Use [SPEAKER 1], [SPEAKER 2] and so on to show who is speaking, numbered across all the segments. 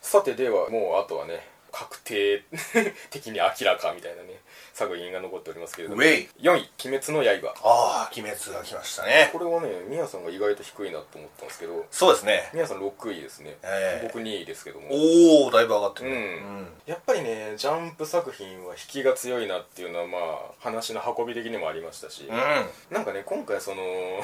[SPEAKER 1] さてではもうあとはね確定的に明らかみたいなね作品が残っておりますけれど
[SPEAKER 2] ウ
[SPEAKER 1] も
[SPEAKER 2] ェイ
[SPEAKER 1] 4位「鬼滅の刃
[SPEAKER 2] ああ鬼滅が来ました」ね
[SPEAKER 1] これはねみやさんが意外と低いなと思ったんですけど
[SPEAKER 2] そうですね
[SPEAKER 1] みやさん6位ですね、
[SPEAKER 2] ええ
[SPEAKER 1] 僕2位ですけども
[SPEAKER 2] おおだいぶ上がってるね
[SPEAKER 1] うんやっぱりねジャンプ作品は引きが強いなっていうのはまあ話の運び的にもありましたし、
[SPEAKER 2] うん、うん
[SPEAKER 1] なんかね今回その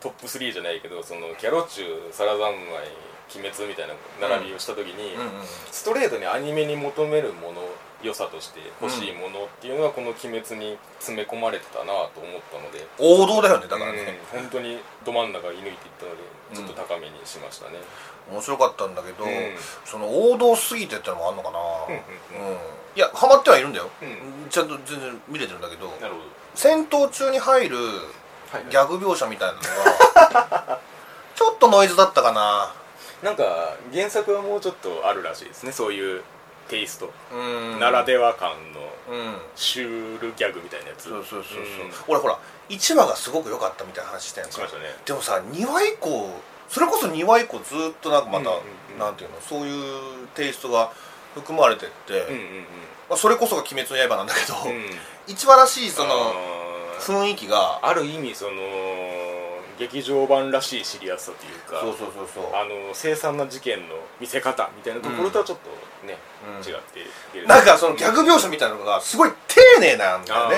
[SPEAKER 1] トップ3じゃないけどそのキャロチュサラザンマイ鬼滅みたいな並びをした時に、
[SPEAKER 2] うんうん
[SPEAKER 1] ストレートにアニメに求めるもの良さとして欲しいものっていうのはこの「鬼滅」に詰め込まれてたなと思ったので
[SPEAKER 2] 王道だよねだからね、
[SPEAKER 1] うん本当にど真ん中射抜いていったので
[SPEAKER 2] うん
[SPEAKER 1] ちょっと高めにしましたね、
[SPEAKER 2] 面白かったんだけど、
[SPEAKER 1] うん
[SPEAKER 2] その王道すぎてってのもあんのかな
[SPEAKER 1] う
[SPEAKER 2] うん、いやハマってはいるんだよ、
[SPEAKER 1] う
[SPEAKER 2] ちゃんと全然見れてるんだけど
[SPEAKER 1] なるほ
[SPEAKER 2] 戦闘中に入る
[SPEAKER 1] ど、はい
[SPEAKER 2] ギャグ描写みたいなのが ちょっとノイズだったかな
[SPEAKER 1] なんか原作はもうちょっとあるらしいですねそういうテイスト、
[SPEAKER 2] うん
[SPEAKER 1] ならでは感の
[SPEAKER 2] うん
[SPEAKER 1] シュールギャグみたいなやつ
[SPEAKER 2] そうそうそうそう、
[SPEAKER 1] ん
[SPEAKER 2] 俺ほら1話がすごく良かったみたいな話してんの
[SPEAKER 1] しましたね
[SPEAKER 2] でもさ2話以降それこそ2話以降ずっとなんかまた、
[SPEAKER 1] うんうんうん
[SPEAKER 2] なんていうのそういうテイストが含まれてって、
[SPEAKER 1] うんうん
[SPEAKER 2] まあ、それこそが「鬼滅の刃」なんだけど、
[SPEAKER 1] うんうん
[SPEAKER 2] 一話らしいその
[SPEAKER 1] あー
[SPEAKER 2] 雰囲気が
[SPEAKER 1] ある意味その劇場版らしいシリアスさというか
[SPEAKER 2] そうそうそうそう
[SPEAKER 1] あの凄惨な事件の見せ方みたいなところとはちょっとね、
[SPEAKER 2] うん
[SPEAKER 1] 違っている
[SPEAKER 2] なんかそのギャグ描写みたいなのがすごい丁寧なんだよね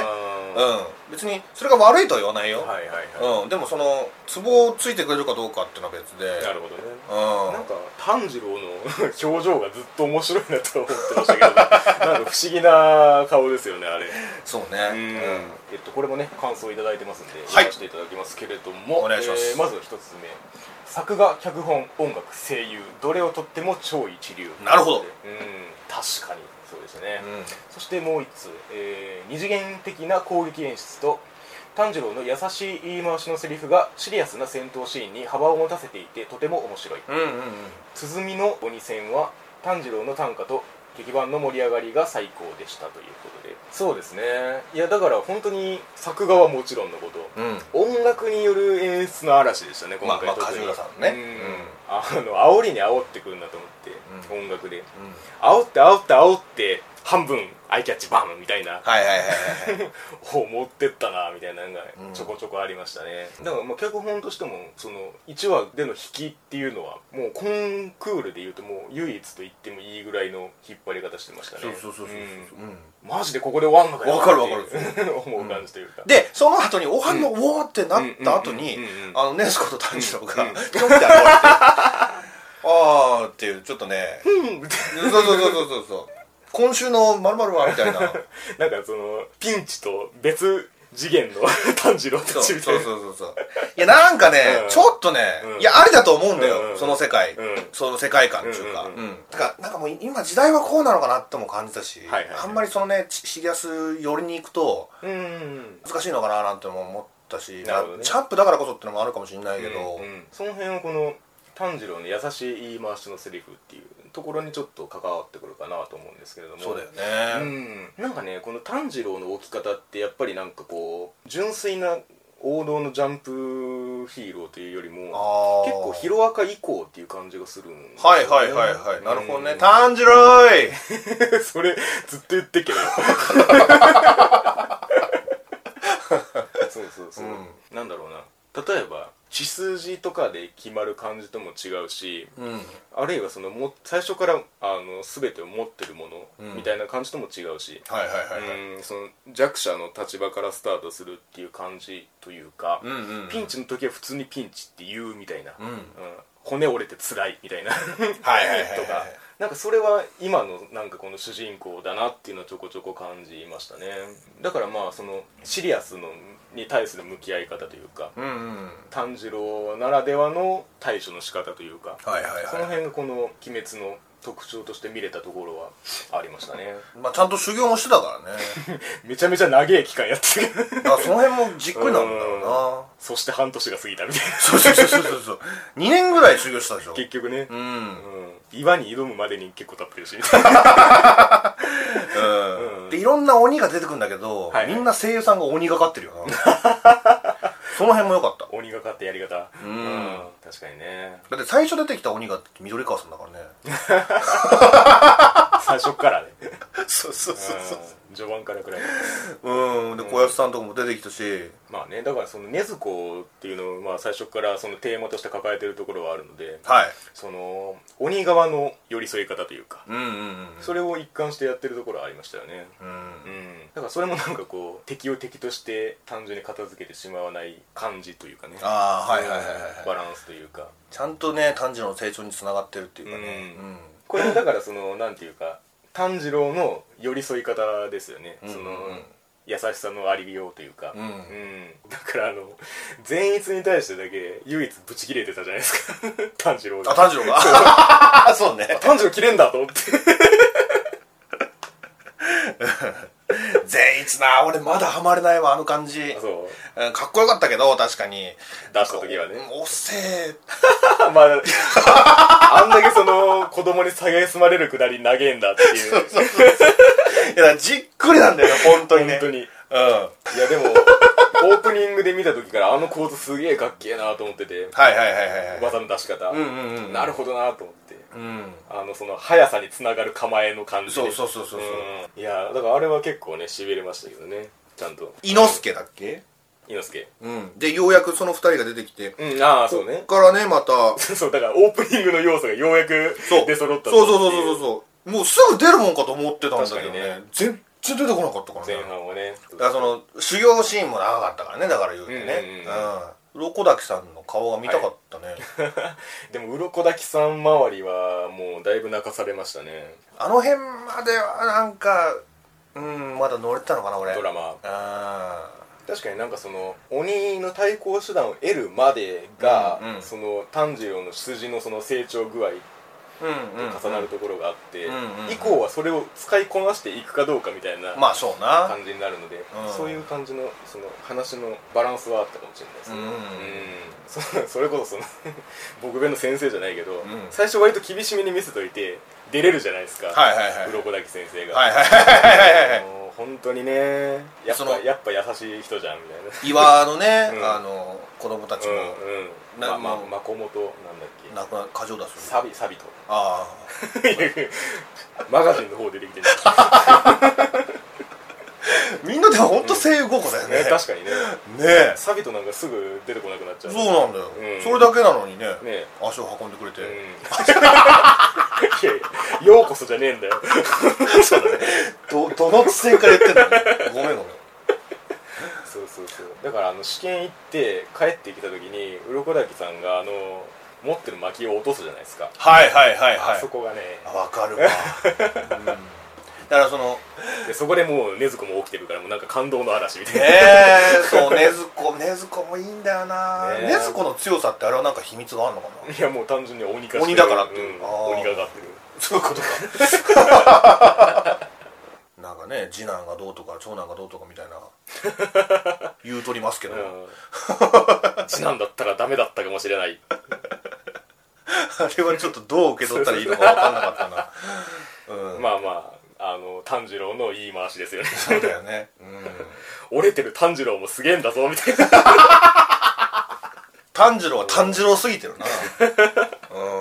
[SPEAKER 1] あー
[SPEAKER 2] うん別にそれが悪いとは言わないよ、
[SPEAKER 1] はいはいはい、
[SPEAKER 2] うん、でもそのツボをついてくれるかどうかっていうのは別で
[SPEAKER 1] なるほどね
[SPEAKER 2] うん
[SPEAKER 1] なんか炭治郎の表情がずっと面白いなと思ってましたけど、な んか不思議な顔ですよねあれ
[SPEAKER 2] そうねうん
[SPEAKER 1] えっとこれもね感想いただいてますんで、
[SPEAKER 2] い
[SPEAKER 1] 読ませていただきますけれども
[SPEAKER 2] お願いします
[SPEAKER 1] えーまず一つ目作画脚本音楽声優どれをとっても超一流
[SPEAKER 2] なるほど
[SPEAKER 1] うん確かにそうですね、
[SPEAKER 2] うん
[SPEAKER 1] そしてもう一つ、えー二次元的な攻撃演出と炭治郎の優しい言い回しのセリフがシリアスな戦闘シーンに幅を持たせていてとても面白い
[SPEAKER 2] うんうんうん
[SPEAKER 1] 鼓の鬼戦は炭治郎の短歌と劇版の盛り上がりが最高でしたということでそうですねいやだから本当に作画はもちろんのこと
[SPEAKER 2] うん
[SPEAKER 1] 音楽による演出の嵐でしたね今回
[SPEAKER 2] まあまあ
[SPEAKER 1] 特に
[SPEAKER 2] 梶浦さんのね
[SPEAKER 1] うんあの煽りに煽ってくるんだと思って、
[SPEAKER 2] う
[SPEAKER 1] 音楽で煽って煽って煽って半分アイキャッチバンみたいな
[SPEAKER 2] はいはいはいはいはい
[SPEAKER 1] を持ってったなみたいなのが
[SPEAKER 2] うん
[SPEAKER 1] ちょこちょこありましたね、だからまあ脚本としてもその1話での引きっていうのはもうコンクールでいうともう唯一と言ってもいいぐらいの引っ張り方してましたね
[SPEAKER 2] そうそうそうそうそう
[SPEAKER 1] うん
[SPEAKER 2] うん
[SPEAKER 1] マジでここで終わんのかよ
[SPEAKER 2] わかるわかる
[SPEAKER 1] って いう思う感じというか、
[SPEAKER 2] でその後におはんの「おー」ってなった後に
[SPEAKER 1] うんうんうんうん
[SPEAKER 2] あのネスコと炭治郎が
[SPEAKER 1] うんうん
[SPEAKER 2] ピョンって現れてあーっていうちょっとね
[SPEAKER 1] うんみたい
[SPEAKER 2] そうそうそうそうそうそう今週のまるはみたい な
[SPEAKER 1] ななんかそのピンチと別次元の炭治郎た
[SPEAKER 2] そう
[SPEAKER 1] ち
[SPEAKER 2] そう
[SPEAKER 1] みたい
[SPEAKER 2] そう
[SPEAKER 1] な
[SPEAKER 2] そうそういやなんかね、
[SPEAKER 1] うん
[SPEAKER 2] ちょっとね、
[SPEAKER 1] うん
[SPEAKER 2] いやありだと思うんだよ、
[SPEAKER 1] うんうん
[SPEAKER 2] その世界、
[SPEAKER 1] うん
[SPEAKER 2] その世界観っていうか、
[SPEAKER 1] う
[SPEAKER 2] うんん
[SPEAKER 1] うんう
[SPEAKER 2] だからなんかもう今時代はこうなのかなっても感じたし、
[SPEAKER 1] はいはいはい
[SPEAKER 2] あんまりそのねシシリアス寄りに行くと
[SPEAKER 1] うん
[SPEAKER 2] 難しいのかななんても思ったし、
[SPEAKER 1] なるほどね
[SPEAKER 2] まあチャンプだからこそってのもあるかもしれないけど、
[SPEAKER 1] うんうんその辺はこの炭治郎の優しい言い回しのセリフっていうところにちょっと関わってくるかなと思うんですけれども
[SPEAKER 2] そうだよね、
[SPEAKER 1] うん、なんかねこの炭治郎の置き方ってやっぱりなんかこう純粋な王道のジャンプヒーローというより
[SPEAKER 2] あ
[SPEAKER 1] も
[SPEAKER 2] あ
[SPEAKER 1] 結構ヒロアカ以降っていう感じがするんですよ
[SPEAKER 2] はいはいはいはい、なるほどね
[SPEAKER 1] うん
[SPEAKER 2] 炭治郎い
[SPEAKER 1] それずっと言ってっけど そうそうそう、
[SPEAKER 2] う
[SPEAKER 1] なんだろうな例えば血筋とかで決まる感じとも違うし
[SPEAKER 2] うん
[SPEAKER 1] あるいはそのも最初からあの全てを持ってるものみたいな感じとも違うし、
[SPEAKER 2] はいはいはいはい、
[SPEAKER 1] うんその弱者の立場からスタートするっていう感じというか、
[SPEAKER 2] うんうんうん
[SPEAKER 1] ピンチの時は普通にピンチって言うみたいな、
[SPEAKER 2] うん
[SPEAKER 1] 骨折れて辛いみたいな
[SPEAKER 2] はいはいはいはい
[SPEAKER 1] とかなんかそれは今のなんかこの主人公だなっていうのはちょこちょこ感じましたねだからまあそのシリアスのに対する向き合い方というか
[SPEAKER 2] うんうん
[SPEAKER 1] 炭治郎ならではの対処の仕方というか
[SPEAKER 2] はいはいはい
[SPEAKER 1] その辺がこの「鬼滅」の特徴として見れたところはありましたね
[SPEAKER 2] まあ、ちゃんと修行もしてたからね
[SPEAKER 1] めちゃめちゃ長い期間やってる
[SPEAKER 2] だからその辺もじっくりなんだろうな
[SPEAKER 1] そして半年が過ぎたみたいな
[SPEAKER 2] そうそうそうそうそう2年ぐらい修行したでしょ
[SPEAKER 1] 結局ね、
[SPEAKER 2] うん、う
[SPEAKER 1] う
[SPEAKER 2] ん
[SPEAKER 1] ん、岩に挑むまでに結構経ってるし
[SPEAKER 2] でいろんな鬼が出てくるんだけど、
[SPEAKER 1] はいはい
[SPEAKER 2] みんな声優さんが鬼がかってるよなその辺も良かった
[SPEAKER 1] 鬼がかったやり方
[SPEAKER 2] うん
[SPEAKER 1] 確かにね
[SPEAKER 2] だって最初出てきた鬼が緑川さんだからね
[SPEAKER 1] 最初っからね
[SPEAKER 2] そうそう
[SPEAKER 1] うん序盤からくらい
[SPEAKER 2] うん、で小安さんとかも出てきたし
[SPEAKER 1] まあねだからその禰豆子っていうのを、まあ、最初からそのテーマとして抱えてるところはあるので
[SPEAKER 2] はい
[SPEAKER 1] その鬼側の寄り添い方というか
[SPEAKER 2] うんうんうん
[SPEAKER 1] それを一貫してやってるところはありましたよね
[SPEAKER 2] う
[SPEAKER 1] うんんだからそれもなんかこう敵を敵として単純に片付けてしまわない感じというかね
[SPEAKER 2] ああはいはいはいはい
[SPEAKER 1] うんバランスというか
[SPEAKER 2] ちゃんとね炭治郎の成長につながってるっていうかね
[SPEAKER 1] うんこれもだからそのなんていうか炭治郎の寄り添い方ですよね、
[SPEAKER 2] うん
[SPEAKER 1] その
[SPEAKER 2] うん
[SPEAKER 1] 優しさのありようというか、
[SPEAKER 2] うん
[SPEAKER 1] だからあの善逸に対してだけ唯一ブチ切れてたじゃないですか 炭治郎
[SPEAKER 2] あ
[SPEAKER 1] が
[SPEAKER 2] 炭治郎が そうね
[SPEAKER 1] 炭治郎切れんだと思って
[SPEAKER 2] 善逸な俺まだハマれないわあの感じうん
[SPEAKER 1] そう
[SPEAKER 2] かっこよかったけど確かに
[SPEAKER 1] 出した時は ね
[SPEAKER 2] おっせえ
[SPEAKER 1] まああん だけその子供に蔑まれるくだり長えんだって いう
[SPEAKER 2] いやじっくりなんだよね 本当にね
[SPEAKER 1] 本当にい
[SPEAKER 2] うんは
[SPEAKER 1] やでもオープニングで見た時からあの構図すげえかっけえなと思ってて
[SPEAKER 2] いはいはいはいはい
[SPEAKER 1] 技の出し方、
[SPEAKER 2] うんうんうん
[SPEAKER 1] なるほどなと思って
[SPEAKER 2] うん
[SPEAKER 1] あのその速さにつながる構えの感じ
[SPEAKER 2] そうそううそうそうそう
[SPEAKER 1] うんいやだからあれは結構ねしびれましたけどねちゃんと
[SPEAKER 2] 伊之助だっけ
[SPEAKER 1] 猪之
[SPEAKER 2] うんでようやくその二人が出てきて
[SPEAKER 1] 助うんああそう
[SPEAKER 2] こ
[SPEAKER 1] ね
[SPEAKER 2] っからねまた
[SPEAKER 1] そうだからオープニングの要素がようやく
[SPEAKER 2] そう
[SPEAKER 1] 出揃った
[SPEAKER 2] そうそうそう
[SPEAKER 1] ってい
[SPEAKER 2] そうそうもうすぐ出るもんかと思ってたんだけどね
[SPEAKER 1] 確かにね
[SPEAKER 2] 全然出てこなかったからね
[SPEAKER 1] 前半はね
[SPEAKER 2] だからその修行シーンも長かったからねだから言うて
[SPEAKER 1] うん
[SPEAKER 2] ね
[SPEAKER 1] うんうん
[SPEAKER 2] うんロコダキさんの顔が見たかったね、
[SPEAKER 1] でも鱗滝さん周りはもうだいぶ泣かされましたね
[SPEAKER 2] あの辺まではなんかうんまだ乗れてたのかな俺
[SPEAKER 1] ドラマ
[SPEAKER 2] あ
[SPEAKER 1] 確かになんかその鬼の対抗手段を得るまでが、
[SPEAKER 2] うんうん
[SPEAKER 1] その炭治郎の出自のその成長具合
[SPEAKER 2] ーうんうん
[SPEAKER 1] 重なるところがあって、
[SPEAKER 2] うんうんうん
[SPEAKER 1] 以降はそれを使いこなしていくかどうかみたいな
[SPEAKER 2] まあそうな
[SPEAKER 1] 感じになるので、
[SPEAKER 2] うん
[SPEAKER 1] そういう感じのその話のバランスはあったかもしれないですね、
[SPEAKER 2] うんうん
[SPEAKER 1] そ それこそその僕弁の先生じゃないけど、
[SPEAKER 2] ん
[SPEAKER 1] 最初割と厳しめに見せといて出れるじゃないですか、
[SPEAKER 2] はいはいはい
[SPEAKER 1] 鱗滝先生が、
[SPEAKER 2] はいはい はいはいは
[SPEAKER 1] もう本当にねやっ
[SPEAKER 2] そ
[SPEAKER 1] ぱ
[SPEAKER 2] の
[SPEAKER 1] やっぱ優しい人じゃんみたいない
[SPEAKER 2] 岩のね、
[SPEAKER 1] うん
[SPEAKER 2] あの子供たちも
[SPEAKER 1] うんうん
[SPEAKER 2] な
[SPEAKER 1] まあまあ
[SPEAKER 2] もう
[SPEAKER 1] まこもとなんだっけ
[SPEAKER 2] 亡くな過剰だする
[SPEAKER 1] サビサビと
[SPEAKER 2] あ
[SPEAKER 1] マガジンの方出てきて る、
[SPEAKER 2] あみんなでも本当声優高校だよ
[SPEAKER 1] ね、
[SPEAKER 2] ね、
[SPEAKER 1] 確かにね
[SPEAKER 2] ねえ
[SPEAKER 1] サビとなんかすぐ出てこなくなっちゃ
[SPEAKER 2] そううなんだよ、
[SPEAKER 1] うん
[SPEAKER 2] それだけなのにね
[SPEAKER 1] ね
[SPEAKER 2] 足を運んでくれて、
[SPEAKER 1] うんいやいやようこそじゃねえんだよ
[SPEAKER 2] どどの地点から言ってんのごめんごめん
[SPEAKER 1] そうそうそうだからあの試験行って帰ってきた時に鱗滝さんがあの持ってる薪を落とすじゃないですか、
[SPEAKER 2] はいはいはい
[SPEAKER 1] あそこがね
[SPEAKER 2] あわか るわ、うんだからその
[SPEAKER 1] でそこでもう禰豆子も起きてるからもうなんか感動の嵐みたいな、
[SPEAKER 2] ねえそう禰豆子禰豆子もいいんだよな
[SPEAKER 1] ね
[SPEAKER 2] 禰
[SPEAKER 1] え
[SPEAKER 2] 豆子の強さってあれはなんか秘密があるのかない
[SPEAKER 1] やもう単純に鬼化してる
[SPEAKER 2] 鬼だからっていう
[SPEAKER 1] うん
[SPEAKER 2] あー
[SPEAKER 1] 鬼がかってる
[SPEAKER 2] そういうことかなんかね次男がどうとか長男がどうとかみたいな言うとりますけど、
[SPEAKER 1] うん次男だったらダメだったかもしれない
[SPEAKER 2] あれはちょっとどう受け取ったらいいのか分かんなかったなうん
[SPEAKER 1] まあまああの炭治郎の言い回しですよね
[SPEAKER 2] そうだよねうん
[SPEAKER 1] 折れてる炭治郎もすげえんだぞみたいな
[SPEAKER 2] 炭治郎は炭治郎すぎてる なうん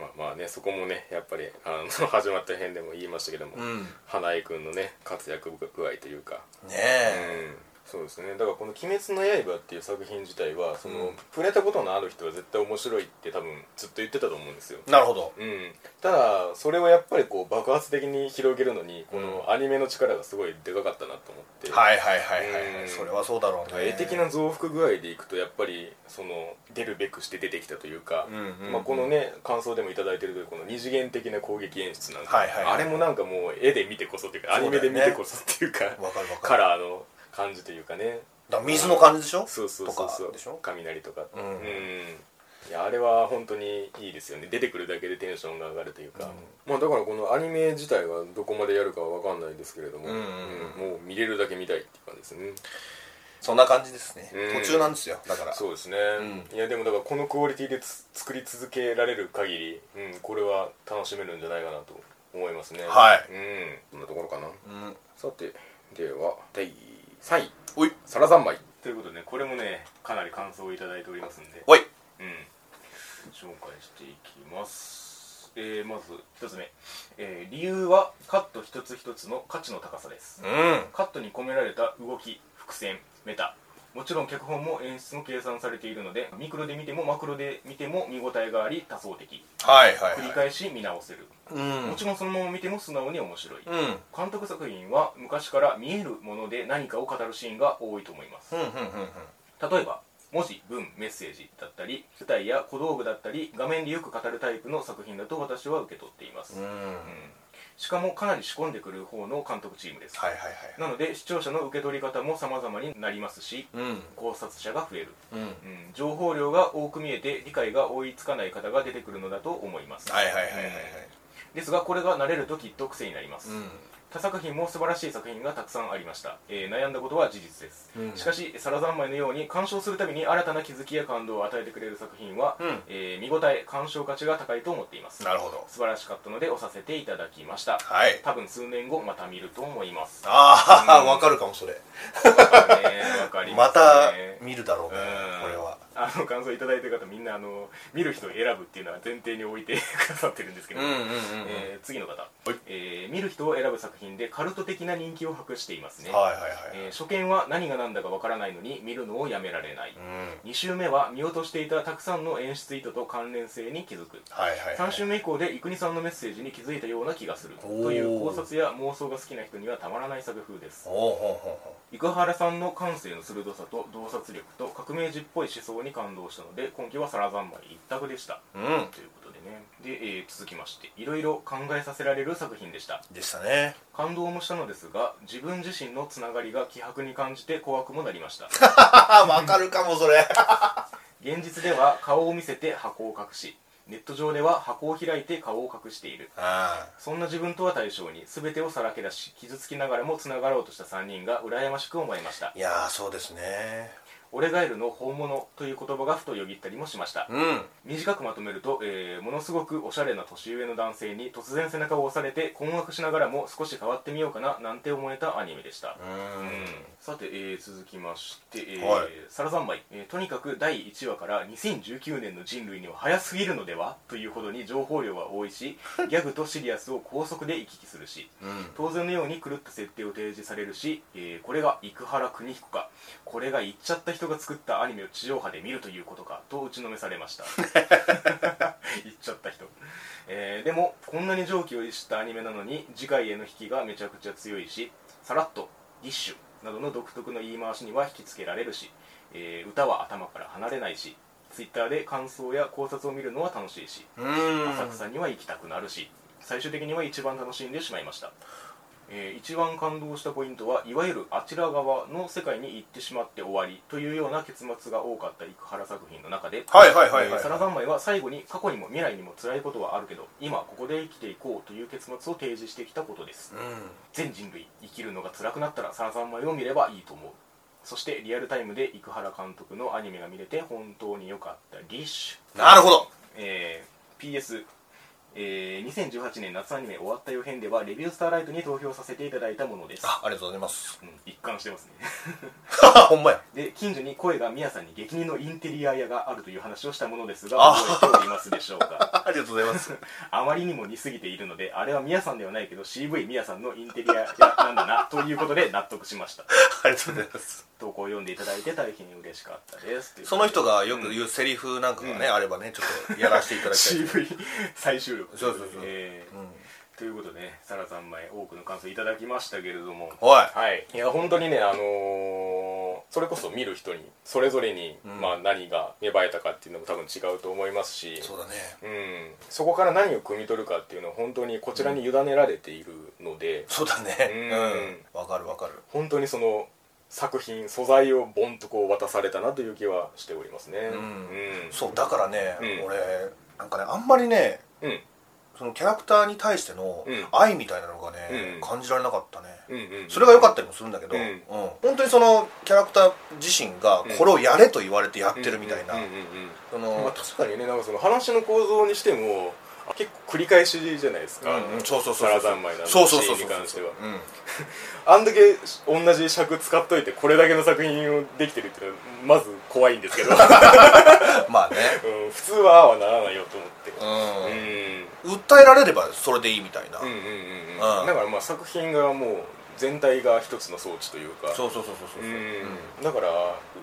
[SPEAKER 1] まあまあねそこもねやっぱりあの 始まった辺でも言いましたけども、
[SPEAKER 2] うん
[SPEAKER 1] 花江君のね活躍具合というか、
[SPEAKER 2] ね
[SPEAKER 1] う
[SPEAKER 2] え、
[SPEAKER 1] ん、そうですねだからこの「鬼滅の刃」っていう作品自体はその、触れたことのある人は絶対面白いって多分ずっと言ってたと思うんですよ
[SPEAKER 2] なるほど
[SPEAKER 1] うん、ただそれをやっぱりこう爆発的に広げるのにこのアニメの力がすごいでかかったなと思って、
[SPEAKER 2] はいはいはいはい、は
[SPEAKER 1] う
[SPEAKER 2] い、
[SPEAKER 1] ん
[SPEAKER 2] それはそうだろうね
[SPEAKER 1] 絵的な増幅具合でいくとやっぱりその出るべくして出てきたというか、
[SPEAKER 2] うんうんうん
[SPEAKER 1] まあ、このね感想でも頂いただいてるというこの二次元的な攻撃演出なんか、
[SPEAKER 2] はいはいはい
[SPEAKER 1] あれもなんかもう絵で見てこそというかアニメで見てこそっていうか
[SPEAKER 2] わかるわかる
[SPEAKER 1] カラーの感じというかね
[SPEAKER 2] だから水の感じでしょ
[SPEAKER 1] そうそうそうそ
[SPEAKER 2] とか
[SPEAKER 1] う
[SPEAKER 2] でしょ
[SPEAKER 1] 雷とかって
[SPEAKER 2] うん
[SPEAKER 1] いやあれは本当にいいですよね出てくるだけでテンションが上がるというか、まあだからこのアニメ自体はどこまでやるかは分かんないですけれども、
[SPEAKER 2] うんう
[SPEAKER 1] う
[SPEAKER 2] ん
[SPEAKER 1] んもう見れるだけ見たいっていう感じですね
[SPEAKER 2] そんな感じですね、
[SPEAKER 1] うん
[SPEAKER 2] 途中なんですよだから
[SPEAKER 1] そうですね、
[SPEAKER 2] う
[SPEAKER 1] いやでもだからこのクオリティでつ作り続けられる限り、うん、これは楽しめるんじゃないかなと思いますね
[SPEAKER 2] はい
[SPEAKER 1] うんそんなところかな
[SPEAKER 2] うん
[SPEAKER 1] さてでは第3位
[SPEAKER 2] おい
[SPEAKER 1] サラ三昧ということでねこれもねかなり感想をいただいておりますんで
[SPEAKER 2] おい
[SPEAKER 1] うん紹介していきます、えーまず1つ目、えー理由はカット一つ一つの価値の高さです
[SPEAKER 2] うん
[SPEAKER 1] カットに込められた動き伏線メタもちろん脚本も演出も計算されているのでミクロで見てもマクロで見ても見応えがあり多層的
[SPEAKER 2] はいは
[SPEAKER 1] 繰
[SPEAKER 2] い
[SPEAKER 1] り
[SPEAKER 2] はい
[SPEAKER 1] 返し見直せる、
[SPEAKER 2] うん
[SPEAKER 1] もちろんそのまま見ても素直に面白い、
[SPEAKER 2] うんうん
[SPEAKER 1] 監督作品は昔から見えるもので何かを語るシーンが多いと思います
[SPEAKER 2] うんうん
[SPEAKER 1] 例えば文字文メッセージだったり舞台や小道具だったり画面でよく語るタイプの作品だと私は受け取っています、
[SPEAKER 2] うんうん
[SPEAKER 1] うんしかもかなり仕込んでくる方の監督チームです、
[SPEAKER 2] はいはいはい
[SPEAKER 1] なので視聴者の受け取り方も様々になりますし
[SPEAKER 2] うん
[SPEAKER 1] 考察者が増える、
[SPEAKER 2] うん
[SPEAKER 1] うん、情報量が多く見えて理解が追いつかない方が出てくるのだと思います、
[SPEAKER 2] はいはいはいはいはい
[SPEAKER 1] ですがこれが慣れるときっと癖になります、
[SPEAKER 2] うん
[SPEAKER 1] 他作品も素晴らしい作品がたくさんありました、えー悩んだことは事実です、
[SPEAKER 2] うん
[SPEAKER 1] しかしサラザンマイのように鑑賞するたびに新たな気づきや感動を与えてくれる作品は、
[SPEAKER 2] うん
[SPEAKER 1] えー見応え鑑賞価値が高いと思っています
[SPEAKER 2] なるほど
[SPEAKER 1] 素晴らしかったので押させていただきました
[SPEAKER 2] はい
[SPEAKER 1] 多分数年後また見ると思います
[SPEAKER 2] ああ
[SPEAKER 1] うん
[SPEAKER 2] わかるかもそれ
[SPEAKER 1] わ、ね、わかりま
[SPEAKER 2] ますた
[SPEAKER 1] ね
[SPEAKER 2] 見るだろうね
[SPEAKER 1] うん
[SPEAKER 2] これは
[SPEAKER 1] あの感想いただいてる方みんなあの見る人を選ぶっていうのは前提に置いてくださってるんですけど、
[SPEAKER 2] え
[SPEAKER 1] えー次の方、
[SPEAKER 2] はい
[SPEAKER 1] えー見る人を選ぶ作品でカルト的な人気を博していますね、
[SPEAKER 2] ーはいはいはい
[SPEAKER 1] えー初見は何が何だかわからないのに見るのをやめられない、
[SPEAKER 2] うん
[SPEAKER 1] 2週目は見落としていたたくさんの演出意図と関連性に気づく
[SPEAKER 2] はいはいは
[SPEAKER 1] 3
[SPEAKER 2] い
[SPEAKER 1] 週目以降で生国さんのメッセージに気づいたような気がする
[SPEAKER 2] おー
[SPEAKER 1] という考察や妄想が好きな人にはたまらない作風です
[SPEAKER 2] おおほんほんほん
[SPEAKER 1] 生原さんの感性の鋭さと洞察力と革命児っぽい思想に感動したので今期はサラザンマイ一択でした
[SPEAKER 2] うん
[SPEAKER 1] ということでねで、えー続きましていろいろ考えさせられる作品でした
[SPEAKER 2] でしたね
[SPEAKER 1] 感動もしたのですが自分自身のつながりが希薄に感じて怖くもなりました
[SPEAKER 2] ああわかるかもそれ
[SPEAKER 1] 現実では顔を見せて箱を隠しネット上では箱を開いて顔を隠している
[SPEAKER 2] あ
[SPEAKER 1] そんな自分とは対象に全てをさらけ出し傷つきながらもつながろうとした3人が羨ましく思いました
[SPEAKER 2] ーいやーそうですね
[SPEAKER 1] 「俺ガエルの本物」という言葉がふとよぎったりもしました
[SPEAKER 2] うん
[SPEAKER 1] 短くまとめると、えーものすごくおしゃれな年上の男性に突然背中を押されて困惑しながらも少し変わってみようかななんて思えたアニメでした
[SPEAKER 2] う、ん
[SPEAKER 1] さて、えー続きまして、えー
[SPEAKER 2] はい
[SPEAKER 1] サラザンマイ、えーとにかく第1話から2019年の人類には早すぎるのではというほどに情報量は多いしギャグとシリアスを高速で行き来するし
[SPEAKER 2] うん
[SPEAKER 1] 当然のように狂った設定を提示されるし、えーこれが生原邦彦かこれが言っちゃった人が作ったアニメを地上波で見るということかと打ちのめされました 言っちゃった人、えーでもこんなに常軌を逸したアニメなのに次回への引きがめちゃくちゃ強いしさらっと「ディッシュ」などの独特の言い回しには引きつけられるし、えー歌は頭から離れないしツイッターで感想や考察を見るのは楽しいし
[SPEAKER 2] うん
[SPEAKER 1] 浅草には行きたくなるし最終的には一番楽しんでしまいました、えー一番感動したポイントはいわゆるあちら側の世界に行ってしまって終わりというような結末が多かった生原作品の中で
[SPEAKER 2] はいはいはいはいはい
[SPEAKER 1] えーサラザンマイは最後に過去にも未来にも辛いことはあるけど今ここで生きていこうという結末を提示してきたことです
[SPEAKER 2] うん
[SPEAKER 1] 全人類生きるのが辛くなったらサラザンマイを見ればいいと思うそしてリアルタイムで生原監督のアニメが見れて本当に良かったリッシュ
[SPEAKER 2] なるほど
[SPEAKER 1] えー PS、えー2018年夏アニメ終わったよ編ではレビュースターライトに投票させていただいたものです、
[SPEAKER 2] あありがとうございます
[SPEAKER 1] うん、一貫してますね
[SPEAKER 2] ほんまや
[SPEAKER 1] で近所に声が宮さんに激似のインテリア屋があるという話をしたものですが
[SPEAKER 2] あ
[SPEAKER 1] 覚えておりますでしょうか
[SPEAKER 2] ありがとうございます
[SPEAKER 1] あまりにも似すぎているのであれは宮さんではないけど CV 宮さんのインテリア屋なんだなということで納得しました
[SPEAKER 2] ありがとうございます
[SPEAKER 1] 投稿を読んでいただいて大変嬉しかったですという
[SPEAKER 2] その人がよく言うセリフなんかがね、
[SPEAKER 1] うん
[SPEAKER 2] あればねちょっとやらせていただ きたい
[SPEAKER 1] CV 最終力
[SPEAKER 2] そうそうそう
[SPEAKER 1] えー
[SPEAKER 2] うん
[SPEAKER 1] ということでねサラさん前多くの感想いただきましたけれども
[SPEAKER 2] おい
[SPEAKER 1] はいいや本当にねあのーそれこそ見る人にそれぞれに、
[SPEAKER 2] ん
[SPEAKER 1] まあ、何が芽生えたかっていうのも多分違うと思いますし
[SPEAKER 2] そうだね
[SPEAKER 1] うん、そこから何を汲み取るかっていうのは本当にこちらに委ねられているので、
[SPEAKER 2] そうだね
[SPEAKER 1] うん
[SPEAKER 2] うんわかるわかる
[SPEAKER 1] 本当にその作品素材をボンとこう渡されたなという気はしておりますね
[SPEAKER 2] うん
[SPEAKER 1] うん
[SPEAKER 2] そうだからね、
[SPEAKER 1] うん
[SPEAKER 2] 俺なんかねあんまりね
[SPEAKER 1] うん
[SPEAKER 2] そのキャラクターに対しての
[SPEAKER 1] うん
[SPEAKER 2] 愛みたいなのがね、
[SPEAKER 1] うん
[SPEAKER 2] 感じられなかったね、
[SPEAKER 1] うんうんうん
[SPEAKER 2] それが良かったりもするんだけど、
[SPEAKER 1] うん
[SPEAKER 2] うん本当にそのキャラクター自身が
[SPEAKER 1] うん
[SPEAKER 2] これをやれと言われてやってるみたいな、
[SPEAKER 1] うんうんうんうん
[SPEAKER 2] そ
[SPEAKER 1] まあ、
[SPEAKER 2] の
[SPEAKER 1] 確かにねなんかその話の構造にしても結構繰り返しじゃないですか、
[SPEAKER 2] うんうんそうそうそう
[SPEAKER 1] サ
[SPEAKER 2] そ
[SPEAKER 1] ラ
[SPEAKER 2] う
[SPEAKER 1] 三昧なの
[SPEAKER 2] そうそうそう
[SPEAKER 1] シーンに関しては
[SPEAKER 2] うん
[SPEAKER 1] あんだけ同じ尺使っといてこれだけの作品をできてるっていうのはまず怖いん ですけど、う
[SPEAKER 2] まあね
[SPEAKER 1] ん普通はああはならないよと思って
[SPEAKER 2] うん
[SPEAKER 1] うん
[SPEAKER 2] 訴えられればそれでいいみたいな、
[SPEAKER 1] うんうんうん
[SPEAKER 2] う
[SPEAKER 1] うんんだからまあ作品がもう全体が一つの装置というか
[SPEAKER 2] そうそうそうそうそうう
[SPEAKER 1] うんだから、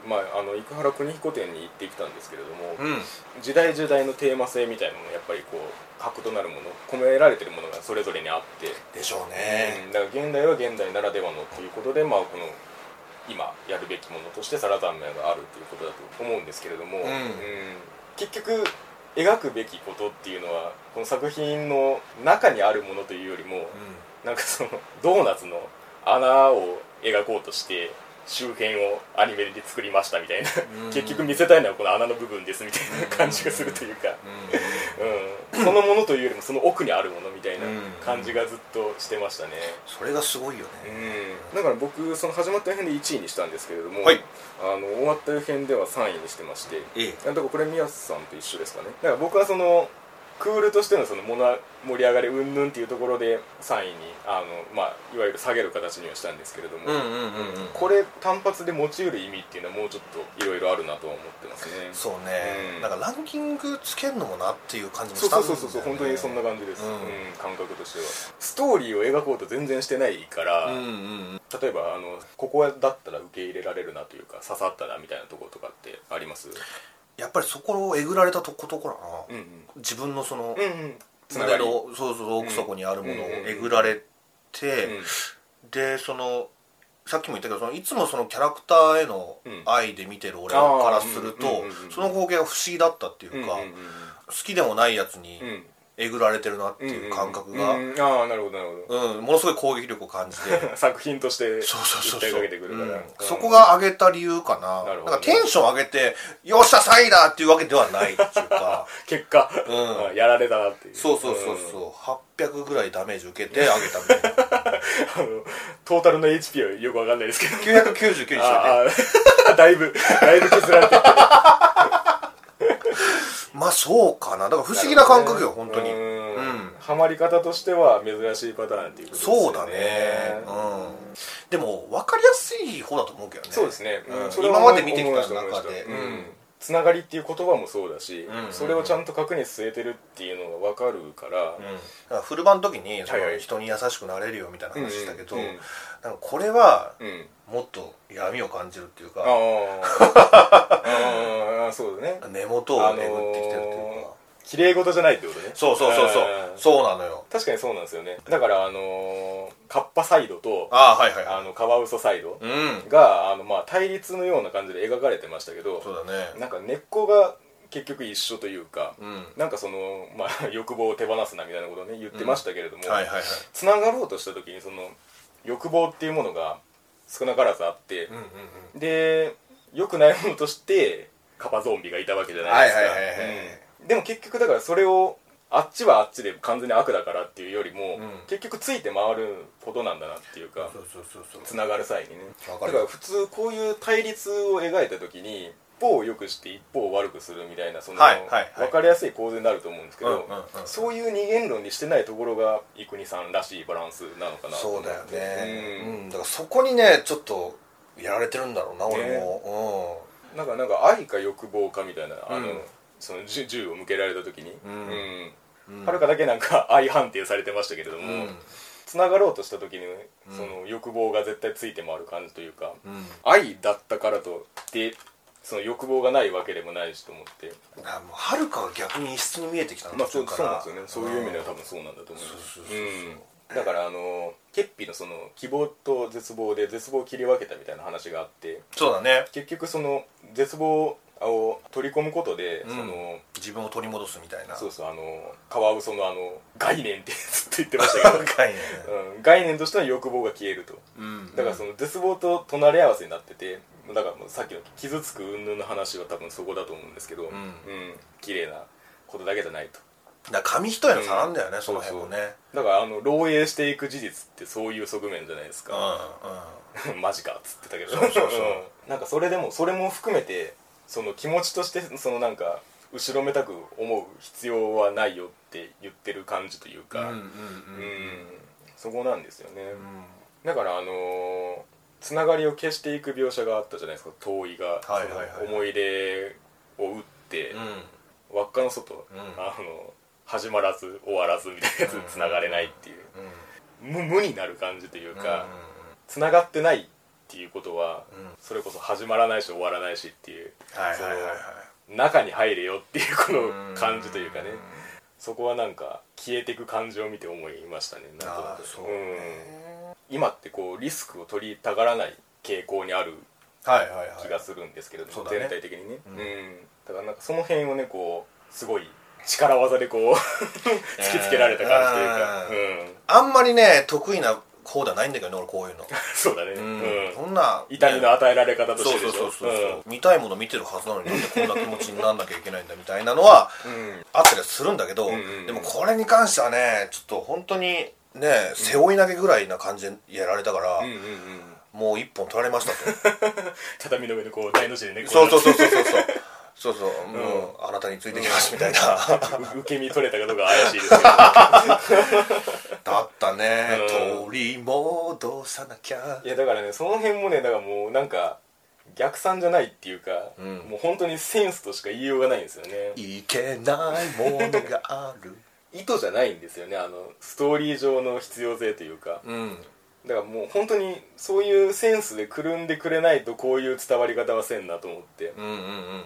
[SPEAKER 1] まあ、あの生原邦彦展に行ってきたんですけれども、
[SPEAKER 2] うん、うん
[SPEAKER 1] 時代時代のテーマ性みたいなものやっぱりこう核となるもの込められてるものがそれぞれにあって、
[SPEAKER 2] でしょうね、
[SPEAKER 1] うんだから現代は現代ならではのということで、まあ、この今やるべきものとしてサラダンメがあるということだと思うんですけれども、
[SPEAKER 2] うん
[SPEAKER 1] 結局描くべきことっていうのはこの作品の中にあるものというよりも、なんかそのドーナツの穴を描こうとして周辺をアニメで作りましたみたいな
[SPEAKER 2] うん
[SPEAKER 1] 結局見せたいのはこの穴の部分ですみたいな感じがするというか、うん、そのものというよりもその奥にあるものみたいな感じがずっとしてましたね、
[SPEAKER 2] それがすごいよね、
[SPEAKER 1] うん、だから僕その始まった編で1位にしたんですけれども、
[SPEAKER 2] はい
[SPEAKER 1] あの終わった編では3位にしてまして
[SPEAKER 2] ええ
[SPEAKER 1] あだからこれ宮津さんと一緒ですかねだから僕はそのクールとしてのそのもの盛り上がり云々っていうところで3位にあの、まあ、いわゆる下げる形にはしたんですけれども、
[SPEAKER 2] うんうんうんうん
[SPEAKER 1] これ単発で持ち得る意味っていうのはもうちょっといろいろあるなとは思ってますね
[SPEAKER 2] そうね、
[SPEAKER 1] うん
[SPEAKER 2] なんかランキングつけるのもなっていう感じも
[SPEAKER 1] そう
[SPEAKER 2] した
[SPEAKER 1] そ
[SPEAKER 2] ん
[SPEAKER 1] う
[SPEAKER 2] だ
[SPEAKER 1] そう
[SPEAKER 2] よね
[SPEAKER 1] そう本当にそんな感じです、
[SPEAKER 2] う
[SPEAKER 1] うんん感覚としてはストーリーを描こうと全然してないから、
[SPEAKER 2] うんうん
[SPEAKER 1] 例えばあのここだったら受け入れられるなというか刺さったなみたいなところとかってあります
[SPEAKER 2] やっぱりそこをえぐられたとことこら
[SPEAKER 1] うんう
[SPEAKER 2] な、
[SPEAKER 1] ん
[SPEAKER 2] 自分のその
[SPEAKER 1] うんうんつな
[SPEAKER 2] 胸
[SPEAKER 1] がり
[SPEAKER 2] のそうそう奥底にあるものをえぐられて、でそのさっきも言ったけどそのいつもそのキャラクターへの愛で見てる俺からすると、
[SPEAKER 1] あーうんうんうんうん
[SPEAKER 2] その光景が不思議だったっていうか、
[SPEAKER 1] うんうんうん
[SPEAKER 2] 好きでもないやつに
[SPEAKER 1] うんうん
[SPEAKER 2] えぐられてるなっていう感覚が、う
[SPEAKER 1] うんんうんああなるほどなるほ
[SPEAKER 2] ものすごい攻撃力を感じて
[SPEAKER 1] ど作品として
[SPEAKER 2] そうそうそう
[SPEAKER 1] 訴え
[SPEAKER 2] そう、
[SPEAKER 1] かけてくる
[SPEAKER 2] う
[SPEAKER 1] か
[SPEAKER 2] ん
[SPEAKER 1] ら、
[SPEAKER 2] そこが上げた理由かな
[SPEAKER 1] なる
[SPEAKER 2] なん
[SPEAKER 1] ほど
[SPEAKER 2] かテンション上げて「よっしゃ3位だ!」っていうわけではないっていう か
[SPEAKER 1] 結果、
[SPEAKER 2] うん
[SPEAKER 1] あやられたなっていう
[SPEAKER 2] そうそうそう
[SPEAKER 1] うん
[SPEAKER 2] そう、800ぐらいダメージ受けて上げたみたいな
[SPEAKER 1] あのトータルの HP はよくわかんないですけ ど
[SPEAKER 2] 999にしてね
[SPEAKER 1] ああ だいぶだいぶ削られてる
[SPEAKER 2] まあそうかなだから不思議な感覚よ本当に
[SPEAKER 1] うん
[SPEAKER 2] うん
[SPEAKER 1] ハマり方としては珍しいパターンっていうことですよ
[SPEAKER 2] そうだねうんでも分かりやすい方だと思うけどね
[SPEAKER 1] そうですね、うん
[SPEAKER 2] うん
[SPEAKER 1] それは
[SPEAKER 2] 今
[SPEAKER 1] 思
[SPEAKER 2] ま
[SPEAKER 1] い
[SPEAKER 2] で見てきた
[SPEAKER 1] 思いま
[SPEAKER 2] 中
[SPEAKER 1] した
[SPEAKER 2] で
[SPEAKER 1] うん
[SPEAKER 2] うん
[SPEAKER 1] つながりっていう言葉もそうだし、
[SPEAKER 2] んうん
[SPEAKER 1] それをちゃんと核に据えてるっていうのが分かるから、
[SPEAKER 2] だからフル版の時にそ
[SPEAKER 1] はいは
[SPEAKER 2] の
[SPEAKER 1] い
[SPEAKER 2] 人に優しくなれるよみたいな話したけど
[SPEAKER 1] うんう
[SPEAKER 2] なん
[SPEAKER 1] ん
[SPEAKER 2] かこれは
[SPEAKER 1] うん
[SPEAKER 2] もっと闇を感じるっていう
[SPEAKER 1] あ
[SPEAKER 2] か
[SPEAKER 1] ーあーそうだね
[SPEAKER 2] 根元をえぐってきてるっていうか
[SPEAKER 1] きれい事じゃないってことね
[SPEAKER 2] そうそうそうそ
[SPEAKER 1] あ
[SPEAKER 2] う
[SPEAKER 1] ー
[SPEAKER 2] そうなのよ
[SPEAKER 1] 確かにそうなんですよねだからあのーカッパサイドとあ
[SPEAKER 2] ああはいはいはい
[SPEAKER 1] のカワウソサイド
[SPEAKER 2] うん
[SPEAKER 1] が、あのまあ対立のような感じで描かれてましたけど
[SPEAKER 2] そうだね
[SPEAKER 1] なんか根っこが結局一緒というか、
[SPEAKER 2] うん
[SPEAKER 1] なんかその、まあ、 欲望を手放すなみたいなことをね言ってましたけれども、
[SPEAKER 2] はいはいはい
[SPEAKER 1] つながろうとした時にその欲望っていうものが少なからずあって
[SPEAKER 2] うん、うん
[SPEAKER 1] で良くないものとしてカパゾンビがいたわけじゃないですか、
[SPEAKER 2] はいはいはいはい
[SPEAKER 1] うんでも結局だからそれをあっちはあっちで完全に悪だからっていうよりも、
[SPEAKER 2] うん
[SPEAKER 1] 結局ついて回ることなんだなっていうか
[SPEAKER 2] そうそうそうそう
[SPEAKER 1] つながる際にねだ
[SPEAKER 2] わか
[SPEAKER 1] か
[SPEAKER 2] る
[SPEAKER 1] ら普通こういう対立を描いた時に一方を良くして一方を悪くするみたいなその、
[SPEAKER 2] はいはいはい
[SPEAKER 1] 分かりやすい構図になると思うんですけど、
[SPEAKER 2] うんうんうん
[SPEAKER 1] そういう二元論にしてないところがイクニさんらしいバランスなのかなと
[SPEAKER 2] そ
[SPEAKER 1] 思っ
[SPEAKER 2] う
[SPEAKER 1] て
[SPEAKER 2] だよね、
[SPEAKER 1] う
[SPEAKER 2] うんん、だからそこにねちょっとやられてるんだろうな俺も、
[SPEAKER 1] なんかなんか愛か欲望かみたいなあの、
[SPEAKER 2] うん
[SPEAKER 1] その銃銃を向けられた時に、
[SPEAKER 2] ん
[SPEAKER 1] う
[SPEAKER 2] うん
[SPEAKER 1] はるかだけなんか愛判定されてましたけれども、
[SPEAKER 2] うん
[SPEAKER 1] つながろうとした時に、その欲望が絶対ついて回る感じというか、
[SPEAKER 2] うん
[SPEAKER 1] 愛だったからといってその欲望がないわけでもないしと思って
[SPEAKER 2] だからもうはるかが逆に異質に見えてきたの
[SPEAKER 1] まあそう
[SPEAKER 2] 途中
[SPEAKER 1] そう
[SPEAKER 2] か
[SPEAKER 1] な
[SPEAKER 2] ら
[SPEAKER 1] んですよねそういう意味では多分そうなんだと思います
[SPEAKER 2] そうそうそうそう
[SPEAKER 1] うんだからあのケッピのその希望と絶望で絶望を切り分けたみたいな話があって
[SPEAKER 2] そうだね
[SPEAKER 1] 結局その絶望を取り込むことで、
[SPEAKER 2] う
[SPEAKER 1] そ
[SPEAKER 2] ん
[SPEAKER 1] の
[SPEAKER 2] 自分を取り戻すみたいな
[SPEAKER 1] そう うそうあのカワウソのあの概念ってずっと言ってました けど、
[SPEAKER 2] かいね
[SPEAKER 1] うん、概念としての欲望が消えると
[SPEAKER 2] うん
[SPEAKER 1] だからその絶望と隣り合わせになっててだからもうさっきの傷つく云々の話は多分そこだと思うんですけど、うん綺麗なことだけじゃないと
[SPEAKER 2] だから紙一重の差なんだよね、
[SPEAKER 1] うん
[SPEAKER 2] その辺もね
[SPEAKER 1] だからあの漏洩していく事実ってそういう側面じゃないです
[SPEAKER 2] うん
[SPEAKER 1] か、 マジかっつってたけど
[SPEAKER 2] そうそうそう
[SPEAKER 1] んなんかそれでもそれも含めてその気持ちとしてそのなんか後ろめたく思う必要はないよって言ってる感じというか、
[SPEAKER 2] うんうん
[SPEAKER 1] う
[SPEAKER 2] うんん
[SPEAKER 1] そこなんですよね、
[SPEAKER 2] うん
[SPEAKER 1] だからあのーつながりを消していく描写があったじゃないですか遠いが、
[SPEAKER 2] はいはいはい
[SPEAKER 1] その思い入れを打って、輪っかの外、
[SPEAKER 2] うん
[SPEAKER 1] あの始まらず終わらずみたいなやつ
[SPEAKER 2] うん
[SPEAKER 1] つながれないっていう、
[SPEAKER 2] うん
[SPEAKER 1] 無無になる感じという
[SPEAKER 2] うん
[SPEAKER 1] か、つながってないっていうことは、
[SPEAKER 2] うん
[SPEAKER 1] それこそ始まらないし終わらないしっていう、
[SPEAKER 2] はいはいはいはい
[SPEAKER 1] その中に入れよっていうこ
[SPEAKER 2] うん
[SPEAKER 1] の感じというかね、そこはなんか消えていく感じを見て思いましたねなんとな
[SPEAKER 2] あ
[SPEAKER 1] く
[SPEAKER 2] あそ
[SPEAKER 1] う
[SPEAKER 2] う
[SPEAKER 1] ん、
[SPEAKER 2] ね
[SPEAKER 1] 今ってこうリスクを取りたがらない傾向にある
[SPEAKER 2] はいはいはい
[SPEAKER 1] 気がするんですけれども、
[SPEAKER 2] そうだね
[SPEAKER 1] 全体的にね、
[SPEAKER 2] うん
[SPEAKER 1] うんだからなんかその辺をねこうすごい力技で こう突きつけられた感じというか、
[SPEAKER 2] あ
[SPEAKER 1] うん、
[SPEAKER 2] あんまりね得意な方ではないんだけどね俺こういうの
[SPEAKER 1] そうだね、う
[SPEAKER 2] うんんそんな
[SPEAKER 1] 痛みの与えられ方とし
[SPEAKER 2] そう
[SPEAKER 1] て
[SPEAKER 2] そう
[SPEAKER 1] でしょ
[SPEAKER 2] そうそうそう見たいもの見てるはずなのになんでこんな気持ちになんなきゃいけないんだみたいなのは
[SPEAKER 1] うんうん
[SPEAKER 2] あったりはするんだけど
[SPEAKER 1] うんうんうん
[SPEAKER 2] でもこれに関してはねちょっと本当にね背負い投げぐらいな感じでやられたから
[SPEAKER 1] うんうんうん
[SPEAKER 2] もう一本取られましたと
[SPEAKER 1] 畳の上でこう大の字でねこ
[SPEAKER 2] そうそう
[SPEAKER 1] う
[SPEAKER 2] そうそうそうそうそうそうもうあなたについてきますみたいな
[SPEAKER 1] う受け身取れたかどうか怪しいですけど
[SPEAKER 2] だったね
[SPEAKER 1] う
[SPEAKER 2] 取り戻さなきゃ
[SPEAKER 1] いやだからねその辺もねだからもうなんか逆算じゃないっていうか、
[SPEAKER 2] うん
[SPEAKER 1] もう本当にセンスとしか言いようがないんですよね
[SPEAKER 2] いけないものがある
[SPEAKER 1] 意図じゃないんですよねあのストーリー上の必要性というか
[SPEAKER 2] うん
[SPEAKER 1] だからもう本当にそういうセンスでくるんでくれないとこういう伝わり方はせんなと思って、
[SPEAKER 2] うんうんうんうんうん